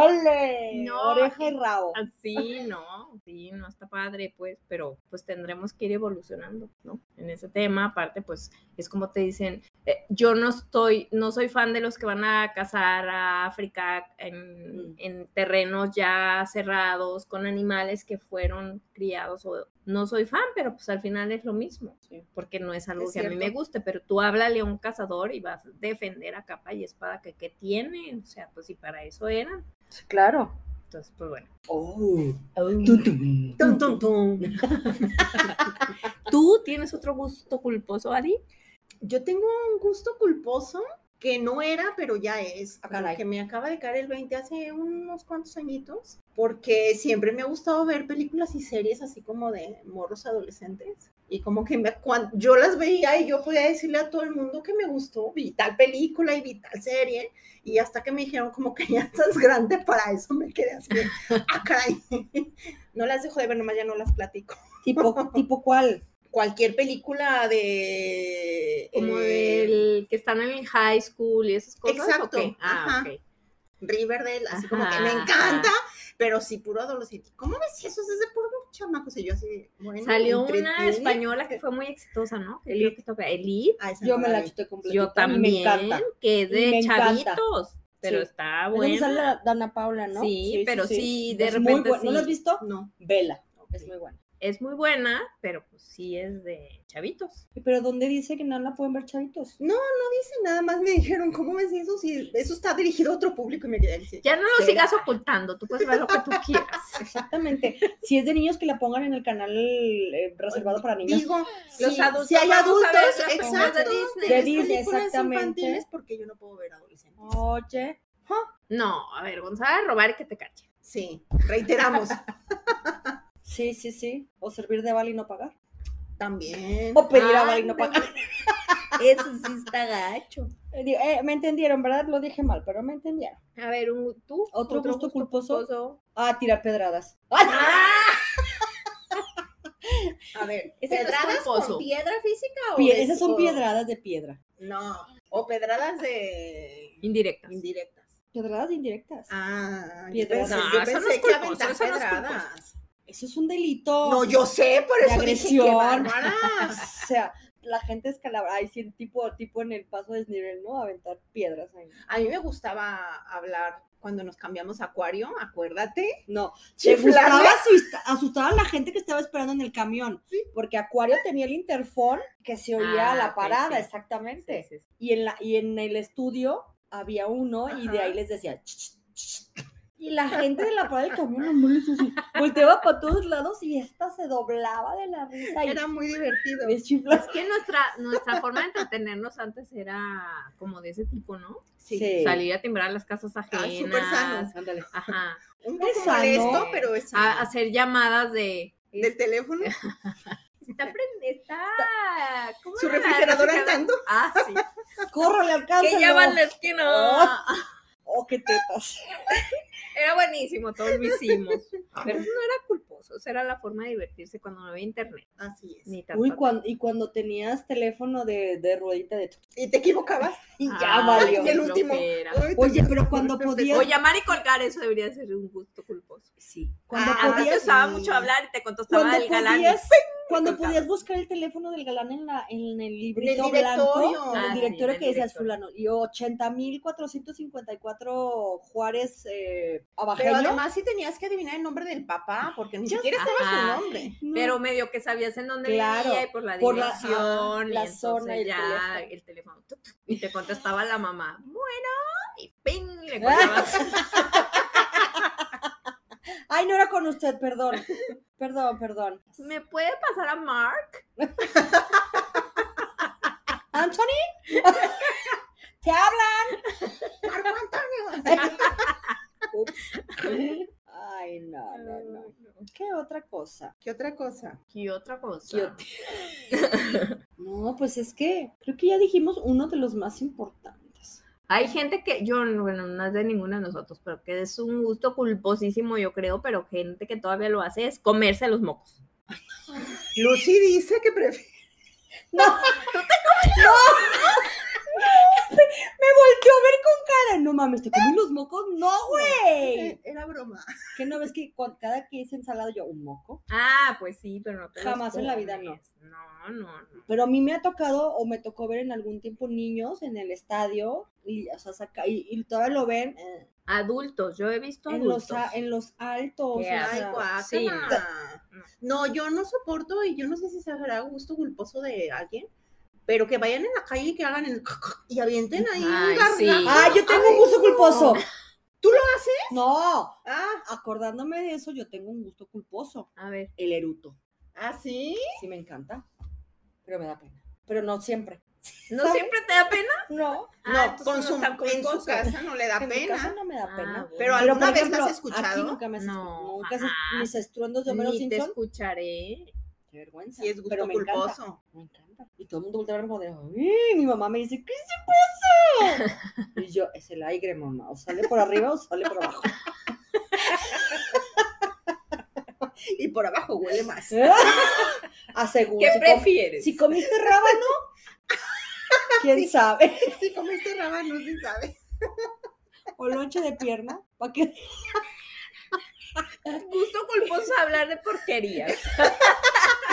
Speaker 3: ¡Ole!
Speaker 2: No,
Speaker 3: Oreja y rabo.
Speaker 2: Así, no, Ah, sí, no está padre, pues, pero pues tendremos que ir evolucionando, ¿no? En ese tema, aparte, pues, es como te dicen, eh, yo no estoy, no soy fan de los que van a cazar a África en,
Speaker 3: Mm.
Speaker 2: en terrenos ya cerrados, con animales que fueron criados, o no soy fan, pero pues al final es lo mismo, porque no es algo
Speaker 1: Es
Speaker 2: que a mí me
Speaker 1: cierto.
Speaker 2: guste, pero tú háblale a un cazador y vas a defender a capa y espada que, que tiene, o sea, pues si para eso eran,
Speaker 3: Claro.
Speaker 2: entonces, pues bueno.
Speaker 3: Oh.
Speaker 1: Tum, tum, tum.
Speaker 2: ¿Tú tienes otro gusto culposo, Ari?
Speaker 1: Yo tengo un gusto culposo que no era, pero ya es,
Speaker 3: Ah,
Speaker 1: como
Speaker 3: caray.
Speaker 1: que me acaba de caer el 20 hace unos cuantos añitos, porque siempre me ha gustado ver películas y series así como de morros adolescentes. Y como que me, cuan- yo las veía y yo podía decirle a todo el mundo que me gustó, vi tal película y vi tal serie, y hasta que me dijeron como que ya estás grande para eso, me quedé así, de, ah, caray, no las dejo de ver, nomás ya no las platico
Speaker 3: ¿Tipo, tipo cuál?
Speaker 1: cualquier película de
Speaker 2: Como
Speaker 1: eh,
Speaker 2: el que están en el high school y esas cosas.
Speaker 1: Exacto,
Speaker 2: ¿o qué? Ah,
Speaker 1: ajá.
Speaker 2: ok.
Speaker 1: Riverdale, así como que me
Speaker 2: Ajá,
Speaker 1: encanta,
Speaker 2: ajá.
Speaker 1: pero sí puro adolescente. ¿Cómo ves eso? Es de puro chamacos. Y yo así, de, bueno,
Speaker 2: Salió
Speaker 1: entre
Speaker 2: una
Speaker 1: ti-
Speaker 2: española que fue muy exitosa, ¿no? Creo que toca Elite.
Speaker 1: Ah, esa
Speaker 3: Yo
Speaker 1: no
Speaker 3: me la
Speaker 1: vi.
Speaker 3: chuté completita.
Speaker 2: Yo
Speaker 3: y
Speaker 2: también,
Speaker 3: Me encanta.
Speaker 2: que es
Speaker 3: Y me
Speaker 2: de
Speaker 3: encanta.
Speaker 2: chavitos, pero
Speaker 3: Sí.
Speaker 2: está
Speaker 3: Es donde sale
Speaker 2: buena.
Speaker 3: la Dana Paula, ¿no?
Speaker 2: Ah, Sí, pero sí, de
Speaker 3: Es muy
Speaker 2: repente
Speaker 3: buena. ¿No la has
Speaker 2: sí.
Speaker 3: visto?
Speaker 1: No.
Speaker 3: Vela. Es
Speaker 1: Ok.
Speaker 3: muy buena.
Speaker 2: Es muy buena, pero pues sí es de chavitos.
Speaker 3: Pero ¿dónde dice que no la pueden ver chavitos?
Speaker 1: Dice, nada más me dijeron, ¿cómo ves eso? Si eso está dirigido a otro público. Y me quedé así.
Speaker 2: Ya no lo
Speaker 1: ¿Será?
Speaker 2: sigas ocultando, tú puedes ver lo que tú quieras.
Speaker 3: Exactamente. si es de niños que la pongan en el canal eh, reservado para niños.
Speaker 1: Digo,
Speaker 2: Los
Speaker 1: si,
Speaker 2: adultos
Speaker 1: si hay
Speaker 2: vamos
Speaker 1: adultos,
Speaker 2: a ver las películas
Speaker 1: exacto,
Speaker 2: de Disney.
Speaker 1: de
Speaker 3: De Disney,
Speaker 1: películas
Speaker 3: exactamente.
Speaker 1: infantiles, porque yo no puedo ver adolescentes.
Speaker 3: Oye.
Speaker 2: No, a ver, Gonzalo, robar y que te cache.
Speaker 1: Sí, reiteramos,
Speaker 3: Sí, sí, sí. O servir de vale y no pagar.
Speaker 1: también.
Speaker 3: O pedir a
Speaker 2: Ay,
Speaker 3: vale y no pagar.
Speaker 2: Eso sí está gacho.
Speaker 3: Eh, digo, eh, me entendieron, ¿verdad? Lo dije mal, pero me entendieron.
Speaker 2: A ver, un, tú.
Speaker 3: ¿Otro gusto culposo? Ah, tirar pedradas. Ah,
Speaker 2: Ah,
Speaker 1: A ver,
Speaker 2: Ese no es
Speaker 1: ¿pedradas
Speaker 2: culposo.
Speaker 1: con piedra física o
Speaker 3: Pie-
Speaker 1: de-
Speaker 3: esas son
Speaker 1: o-
Speaker 3: piedradas de piedra.
Speaker 1: No, o pedradas de
Speaker 2: Indirectas.
Speaker 1: indirectas.
Speaker 3: Pedradas indirectas.
Speaker 1: Ah, yo
Speaker 3: Piedradas.
Speaker 1: pensé-
Speaker 2: No,
Speaker 1: yo
Speaker 2: eso no
Speaker 1: pensé
Speaker 2: es
Speaker 1: que
Speaker 2: culposo,
Speaker 1: aventar
Speaker 2: eso no es
Speaker 1: pedradas.
Speaker 3: Eso es un delito.
Speaker 1: No, yo sé, por
Speaker 3: De
Speaker 1: eso dije que
Speaker 3: agresión.
Speaker 1: bárbaras.
Speaker 3: O sea, la gente escalabra. Ay, sí, tipo, tipo en el paso desnivel, ¿no? Aventar piedras ahí.
Speaker 1: A mí me gustaba hablar cuando nos cambiamos a acuario, acuérdate.
Speaker 3: No, te
Speaker 1: ¿Chiflarle?
Speaker 3: gustaba asust- asustar a la gente que estaba esperando en el camión, porque Acuario tenía el interfón que se oía
Speaker 2: Ah,
Speaker 3: a la
Speaker 2: ok,
Speaker 3: parada,
Speaker 2: sí.
Speaker 3: exactamente. Y, en la, y en el estudio había uno y de
Speaker 1: Ajá.
Speaker 3: ahí les decía... "Ch, ch, ch". Y la gente de la parada del camión nomás les hacía así, volteaba para todos lados y esta se doblaba de la risa y
Speaker 1: Era muy divertido.
Speaker 3: les chiflas.
Speaker 2: Es que nuestra, nuestra forma de entretenernos antes era como de ese tipo, ¿no?
Speaker 1: Sí.
Speaker 2: Salir a timbrar las casas ajenas.
Speaker 1: Ay, súper sano.
Speaker 3: Ándale.
Speaker 2: Ajá.
Speaker 1: Un poco
Speaker 3: sano.
Speaker 1: molesto, pero es
Speaker 2: A-
Speaker 1: sano.
Speaker 2: hacer llamadas de.
Speaker 1: del teléfono,
Speaker 2: Está prende, está. ¿cómo
Speaker 1: su
Speaker 2: era?
Speaker 1: refrigerador andando.
Speaker 2: Ah, sí.
Speaker 3: córrale, alcánzalo.
Speaker 2: Que ya va en la esquina.
Speaker 3: Ah. Oh, qué tetas.
Speaker 2: Era buenísimo, todos lo hicimos. Pero no era culposo, eso era la forma de divertirse cuando no había internet.
Speaker 1: Así es.
Speaker 2: Ni tanto.
Speaker 3: Uy, cuan- y cuando tenías teléfono de, de ruedita de...
Speaker 1: Y te equivocabas.
Speaker 2: Ah,
Speaker 3: Y ya valió.
Speaker 1: y el último.
Speaker 2: flojera.
Speaker 1: Ay, te-
Speaker 3: Oye, pero cuando podías...
Speaker 2: O llamar y colgar, eso debería ser un gusto culposo.
Speaker 3: sí. Cuando
Speaker 1: Ah,
Speaker 2: Antes te
Speaker 3: podías...
Speaker 2: gustaba mucho hablar y te contestaba
Speaker 3: Cuando
Speaker 2: el galán.
Speaker 3: podías, cuando
Speaker 2: colgaba.
Speaker 3: podías buscar el teléfono del galán en, la, en el librito
Speaker 1: En el directorio.
Speaker 3: blanco, en
Speaker 2: Ah,
Speaker 3: el
Speaker 2: sí,
Speaker 3: directorio
Speaker 2: en el
Speaker 3: que decías
Speaker 2: directorio.
Speaker 3: fulano, y 80.454 Juárez eh,
Speaker 1: Pero
Speaker 3: Abajeño.
Speaker 1: además sí tenías que adivinar el nombre del papá, porque ni
Speaker 3: Ya
Speaker 1: siquiera sabes su
Speaker 2: Ajá.
Speaker 1: nombre.
Speaker 3: No.
Speaker 2: Pero medio que sabías en dónde
Speaker 3: Claro,
Speaker 2: vivía y por la
Speaker 3: por la- ajá,
Speaker 2: dirección. y
Speaker 3: la
Speaker 2: entonces
Speaker 3: zona y el
Speaker 2: ya
Speaker 3: teléfono.
Speaker 2: el teléfono. tuc, tuc, Y te contestaba la mamá, bueno, y ping, le colgabas.
Speaker 3: Ay, no era con usted, perdón. Perdón, perdón.
Speaker 2: ¿me puede pasar a Mark?
Speaker 3: ¿Anthony? ¿Te hablan?
Speaker 1: Marco Antonio.
Speaker 3: Ay, no, no, no. ¿Qué otra cosa?
Speaker 1: ¿Qué otra cosa?
Speaker 2: ¿Qué otra cosa?
Speaker 3: ¿Qué ot- No, pues es que creo que ya dijimos uno de los más importantes.
Speaker 2: Hay gente que, yo, bueno, no es de ninguno de nosotros, pero que es un gusto culposísimo, yo creo, pero gente que todavía lo hace es comerse los mocos.
Speaker 1: Lucy dice que prefiere.
Speaker 3: No, tú te comes. No. Me volteó a ver con cara. No mames, te comí los mocos. No, güey.
Speaker 1: Eh, Era broma.
Speaker 3: ¿Qué no ves que con- cada que hice ensalada yo un moco?
Speaker 2: Ah, pues sí, pero no te los
Speaker 3: Jamás en la vida, no.
Speaker 2: comes. No, no, no.
Speaker 3: Pero a mí me ha tocado o me tocó ver en algún tiempo niños en el estadio y, o sea, saca- y, y todavía lo ven eh,
Speaker 2: Adultos, yo he visto
Speaker 3: en los,
Speaker 2: adultos.
Speaker 3: a- en los altos.
Speaker 2: Qué
Speaker 3: o sea,
Speaker 1: Ay,
Speaker 2: asco.
Speaker 1: guácala.
Speaker 2: sí, no.
Speaker 1: No, yo no soporto y yo no sé si será gusto culposo de alguien, pero que vayan en la calle y que hagan el y avienten ahí un
Speaker 2: Ay, sí.
Speaker 1: gargajo.
Speaker 3: Ah, yo tengo un gusto
Speaker 1: no.
Speaker 3: culposo.
Speaker 1: ¿Tú lo
Speaker 3: haces? No,
Speaker 1: Ah,
Speaker 3: acordándome de eso, yo tengo un gusto culposo.
Speaker 2: A ver,
Speaker 3: El eruto.
Speaker 1: ¿ah, sí?
Speaker 3: Sí me encanta, pero me da pena. Pero no siempre.
Speaker 2: ¿no
Speaker 3: ¿Sabes?
Speaker 2: siempre te da pena?
Speaker 3: No,
Speaker 1: No,
Speaker 2: Ah, entonces
Speaker 1: con
Speaker 2: no
Speaker 1: su,
Speaker 2: está
Speaker 1: en su
Speaker 2: culposo.
Speaker 1: casa no le da
Speaker 3: en mi
Speaker 1: pena.
Speaker 3: casa no me da
Speaker 2: Ah,
Speaker 3: pena.
Speaker 2: bueno.
Speaker 1: Pero
Speaker 3: Pero,
Speaker 1: alguna
Speaker 3: por
Speaker 1: vez las
Speaker 3: ejemplo,
Speaker 1: has
Speaker 3: Aquí
Speaker 1: escuchado.
Speaker 3: nunca me has escuchado.
Speaker 2: No,
Speaker 3: Nunca has-
Speaker 2: jamás.
Speaker 3: mis estruendos de Homero
Speaker 2: Ni te
Speaker 3: Simpson.
Speaker 2: escucharé.
Speaker 3: Qué vergüenza.
Speaker 1: Sí, es gusto
Speaker 3: pero me encanta,
Speaker 1: culposo.
Speaker 3: Me encanta. Y todo el mundo voltea a verme como de, "Ay", mi mamá me dice, ¿qué se pasa? y yo, es el aire, mamá. O sale por arriba o sale por abajo.
Speaker 1: Y por abajo huele más.
Speaker 3: Aseguro.
Speaker 2: ¿Qué
Speaker 3: si com-
Speaker 2: prefieres?
Speaker 3: si comiste rábano, quién sabe.
Speaker 1: Si comiste este rábano, sí sabe.
Speaker 3: O lonche de pierna. ¿Para qué?
Speaker 2: Gusto culposo hablar de porquerías.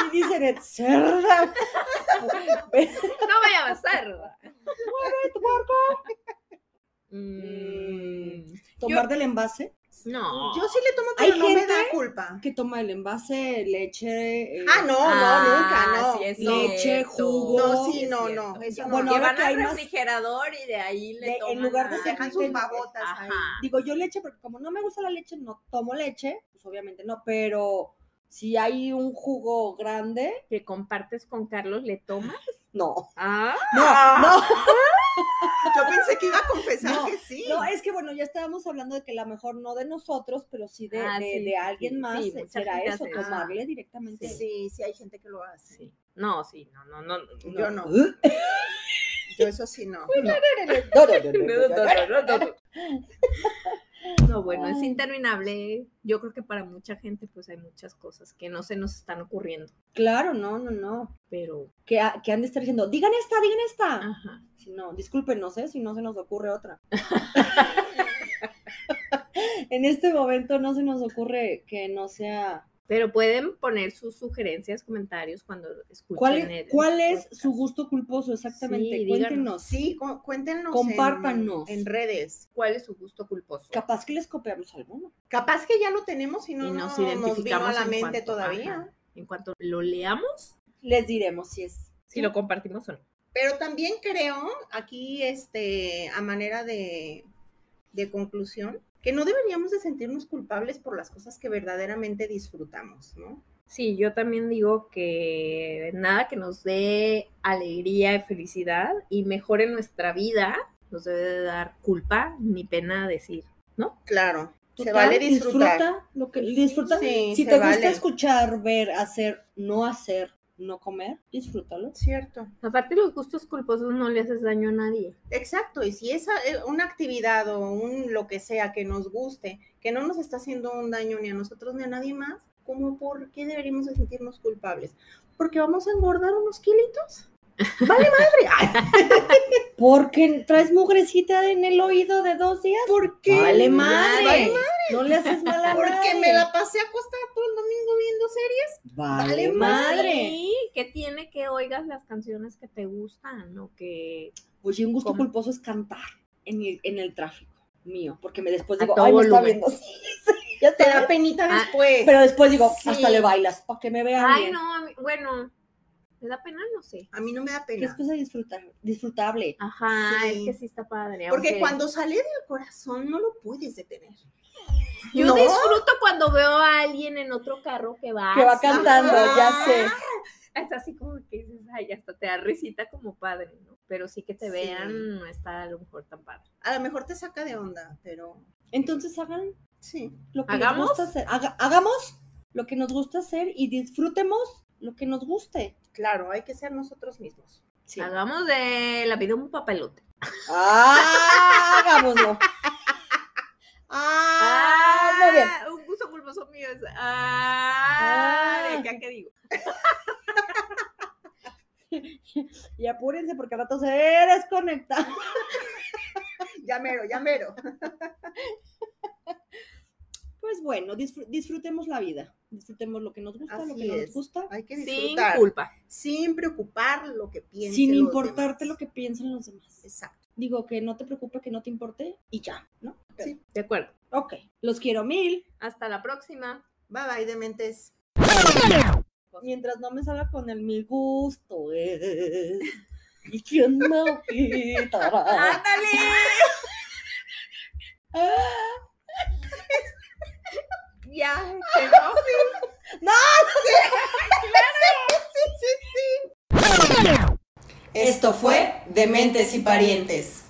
Speaker 3: Y dicen, "Et cerda. Ve
Speaker 2: No vaya a pasar.
Speaker 3: tu barco.
Speaker 2: Mm,
Speaker 3: Tomar del envase.
Speaker 2: no.
Speaker 1: Yo sí le tomo,
Speaker 3: Hay
Speaker 1: pero no me
Speaker 3: gente
Speaker 1: da culpa.
Speaker 3: ¿Qué toma el envase? Leche. eh,
Speaker 1: Ah, no,
Speaker 2: Ah,
Speaker 1: no, nunca, no.
Speaker 2: sí, es
Speaker 1: No,
Speaker 3: Leche,
Speaker 2: cierto.
Speaker 3: jugo.
Speaker 1: No, sí,
Speaker 2: es
Speaker 1: no,
Speaker 2: cierto.
Speaker 1: no. Eso no.
Speaker 3: Bueno,
Speaker 2: que
Speaker 3: ahora
Speaker 2: van
Speaker 3: que hay
Speaker 2: al
Speaker 3: más-
Speaker 2: refrigerador y de ahí le
Speaker 3: De- en
Speaker 2: toman
Speaker 3: lugar de
Speaker 2: a-
Speaker 1: Se dejan sus
Speaker 3: Ajá.
Speaker 1: babotas ahí.
Speaker 2: Ajá.
Speaker 3: Digo yo leche, porque como no me gusta la leche, no tomo leche, pues obviamente no, pero si hay un jugo grande,
Speaker 2: que compartes con Carlos le tomas.
Speaker 3: no.
Speaker 2: Ah,
Speaker 3: No, no,
Speaker 1: Yo pensé que iba a confesar
Speaker 3: No,
Speaker 1: que sí.
Speaker 3: no, es que bueno, ya estábamos hablando de que la mejor no de nosotros, pero sí de,
Speaker 2: Ah,
Speaker 3: de-
Speaker 2: sí,
Speaker 3: de
Speaker 2: sí,
Speaker 3: alguien
Speaker 2: sí,
Speaker 3: más, eh,
Speaker 2: sí, mucha
Speaker 3: será
Speaker 2: gente
Speaker 3: eso,
Speaker 2: hace eso. Ah.
Speaker 3: tomarle directamente.
Speaker 1: Sí, sí hay gente que lo hace.
Speaker 2: sí. No, sí, no, no, no.
Speaker 1: Yo no.
Speaker 3: No,
Speaker 1: Yo eso sí no.
Speaker 3: no, no, no, no.
Speaker 2: No, bueno, es
Speaker 3: Ay.
Speaker 2: interminable. Yo creo que para mucha gente pues hay muchas cosas que no se nos están ocurriendo,
Speaker 3: Claro, no, no, no.
Speaker 2: pero
Speaker 3: Que, ha- que han de estar diciendo, digan esta, digan esta.
Speaker 2: ajá.
Speaker 3: Si no, discúlpenos, ¿eh? Si no se nos ocurre otra. en este momento no se nos ocurre que no sea
Speaker 2: Pero pueden poner sus sugerencias, comentarios cuando escuchen
Speaker 3: ¿Cuál,
Speaker 2: el pues,
Speaker 3: es- cuál es su
Speaker 2: podcast.
Speaker 3: gusto culposo exactamente?
Speaker 2: Sí,
Speaker 3: Cuéntenos.
Speaker 1: Sí, cu- cuéntenos. en-
Speaker 3: Compártanos.
Speaker 1: En, redes.
Speaker 2: cuál es su gusto culposo?
Speaker 3: Capaz que les copiamos alguno.
Speaker 1: Capaz que ya lo tenemos y no
Speaker 2: y nos
Speaker 1: no-
Speaker 2: identificamos
Speaker 1: vino a la
Speaker 2: en
Speaker 1: mente
Speaker 2: cuanto-
Speaker 1: todavía.
Speaker 2: ajá, en cuanto lo leamos,
Speaker 3: Les diremos si es.
Speaker 2: si lo compartimos o no.
Speaker 1: Pero también creo, aquí, este, a manera de, de conclusión, que no deberíamos de sentirnos culpables por las cosas que verdaderamente disfrutamos, ¿no?
Speaker 2: Sí, yo también digo que nada que nos dé alegría y felicidad y mejore nuestra vida nos debe de dar culpa ni pena decir.
Speaker 1: Claro, se
Speaker 3: Total,
Speaker 1: vale disfrutar.
Speaker 3: Disfruta lo que disfruta.
Speaker 1: Sí,
Speaker 3: si
Speaker 1: se
Speaker 3: te gusta
Speaker 1: vale.
Speaker 3: escuchar, ver, hacer, no hacer, no comer, disfrútalo.
Speaker 1: Cierto.
Speaker 2: Aparte, los gustos culposos no le haces daño a nadie.
Speaker 1: Exacto, y si es a- eh, una actividad o un lo que sea que nos guste, que no nos está haciendo un daño ni a nosotros ni a nadie más, ¿cómo por qué deberíamos de sentirnos culpables? Porque vamos a engordar unos kilitos. Vale madre. Ay,
Speaker 3: Porque traes mugrecita en el oído de dos días.
Speaker 1: ¿Por qué?
Speaker 3: Vale madre.
Speaker 1: Vale madre.
Speaker 3: No le haces mal a
Speaker 1: Porque
Speaker 3: nadie.
Speaker 1: me la pasé acostada todo el domingo viendo series.
Speaker 3: Vale
Speaker 1: Vale
Speaker 3: madre.
Speaker 2: Pues Sí, que tiene que oigas las canciones que te gustan o que
Speaker 3: Oye, un gusto
Speaker 2: ¿Cómo?
Speaker 3: culposo es cantar en el, en el tráfico mío. Porque me después
Speaker 2: A
Speaker 3: digo,
Speaker 2: todo
Speaker 3: ay, me está
Speaker 2: volumen.
Speaker 3: viendo. Sí, sí, ya
Speaker 1: Te
Speaker 3: te
Speaker 1: da penita
Speaker 2: Ah,
Speaker 1: después.
Speaker 3: Pero después digo,
Speaker 1: Sí.
Speaker 3: hasta le bailas, para que me vean
Speaker 2: Ay,
Speaker 3: bien.
Speaker 2: no, a mí- bueno, ¿me da pena? No sé.
Speaker 1: a mí no me da
Speaker 3: Que es
Speaker 1: pena.
Speaker 3: cosa disfrutar- disfrutable.
Speaker 2: Ajá,
Speaker 1: Sí.
Speaker 2: es que sí está padre.
Speaker 1: Porque
Speaker 2: aunque-
Speaker 1: cuando sale del corazón no lo puedes detener.
Speaker 2: Yo
Speaker 1: No.
Speaker 2: disfruto cuando veo a alguien en otro carro que va.
Speaker 3: que va
Speaker 2: así.
Speaker 3: cantando,
Speaker 2: Ah.
Speaker 3: ya sé.
Speaker 2: Es así como que dices, ay, hasta te da risita como padre, ¿no? Pero sí que te
Speaker 1: Sí.
Speaker 2: vean no está a lo mejor tan padre.
Speaker 1: A lo mejor te saca de onda, pero
Speaker 3: Entonces hagan
Speaker 1: sí.
Speaker 3: lo que nos
Speaker 2: ¿Hagamos?
Speaker 3: gusta hacer. Haga- hagamos lo que nos gusta hacer y disfrutemos lo que nos guste.
Speaker 1: Claro, hay que ser nosotros mismos.
Speaker 3: Sí.
Speaker 2: Hagamos de la vida un papelote.
Speaker 3: Ah, hagámoslo. Ah, muy bien.
Speaker 2: Un gusto culposo mío es. Ah,
Speaker 3: Ah.
Speaker 2: de acá que digo.
Speaker 3: Y apúrense porque al rato se desconecta.
Speaker 1: Ya mero, ya mero.
Speaker 3: Pues bueno, disfr- disfrutemos la vida. Disfrutemos lo que nos gusta, lo que
Speaker 1: Así
Speaker 3: no
Speaker 1: es.
Speaker 3: nos gusta.
Speaker 1: Hay que
Speaker 2: Sin
Speaker 1: disfrutar. Sin,
Speaker 2: culpa.
Speaker 1: preocupar lo que piensen.
Speaker 3: Sin
Speaker 1: los
Speaker 3: importarte lo
Speaker 1: demás.
Speaker 3: que piensen los demás.
Speaker 1: Exacto.
Speaker 3: Digo, que no te preocupe, que no te importe y ya, ¿no?
Speaker 1: Sí.
Speaker 2: De acuerdo.
Speaker 3: Ok, los quiero mil.
Speaker 2: Hasta la próxima.
Speaker 1: Bye bye, dementes.
Speaker 3: Mientras no me salga con el mi gusto es. Y quién no quitará.
Speaker 2: ¡Ándale! ya, quedó.
Speaker 1: Esto fue Dementes y Parientes.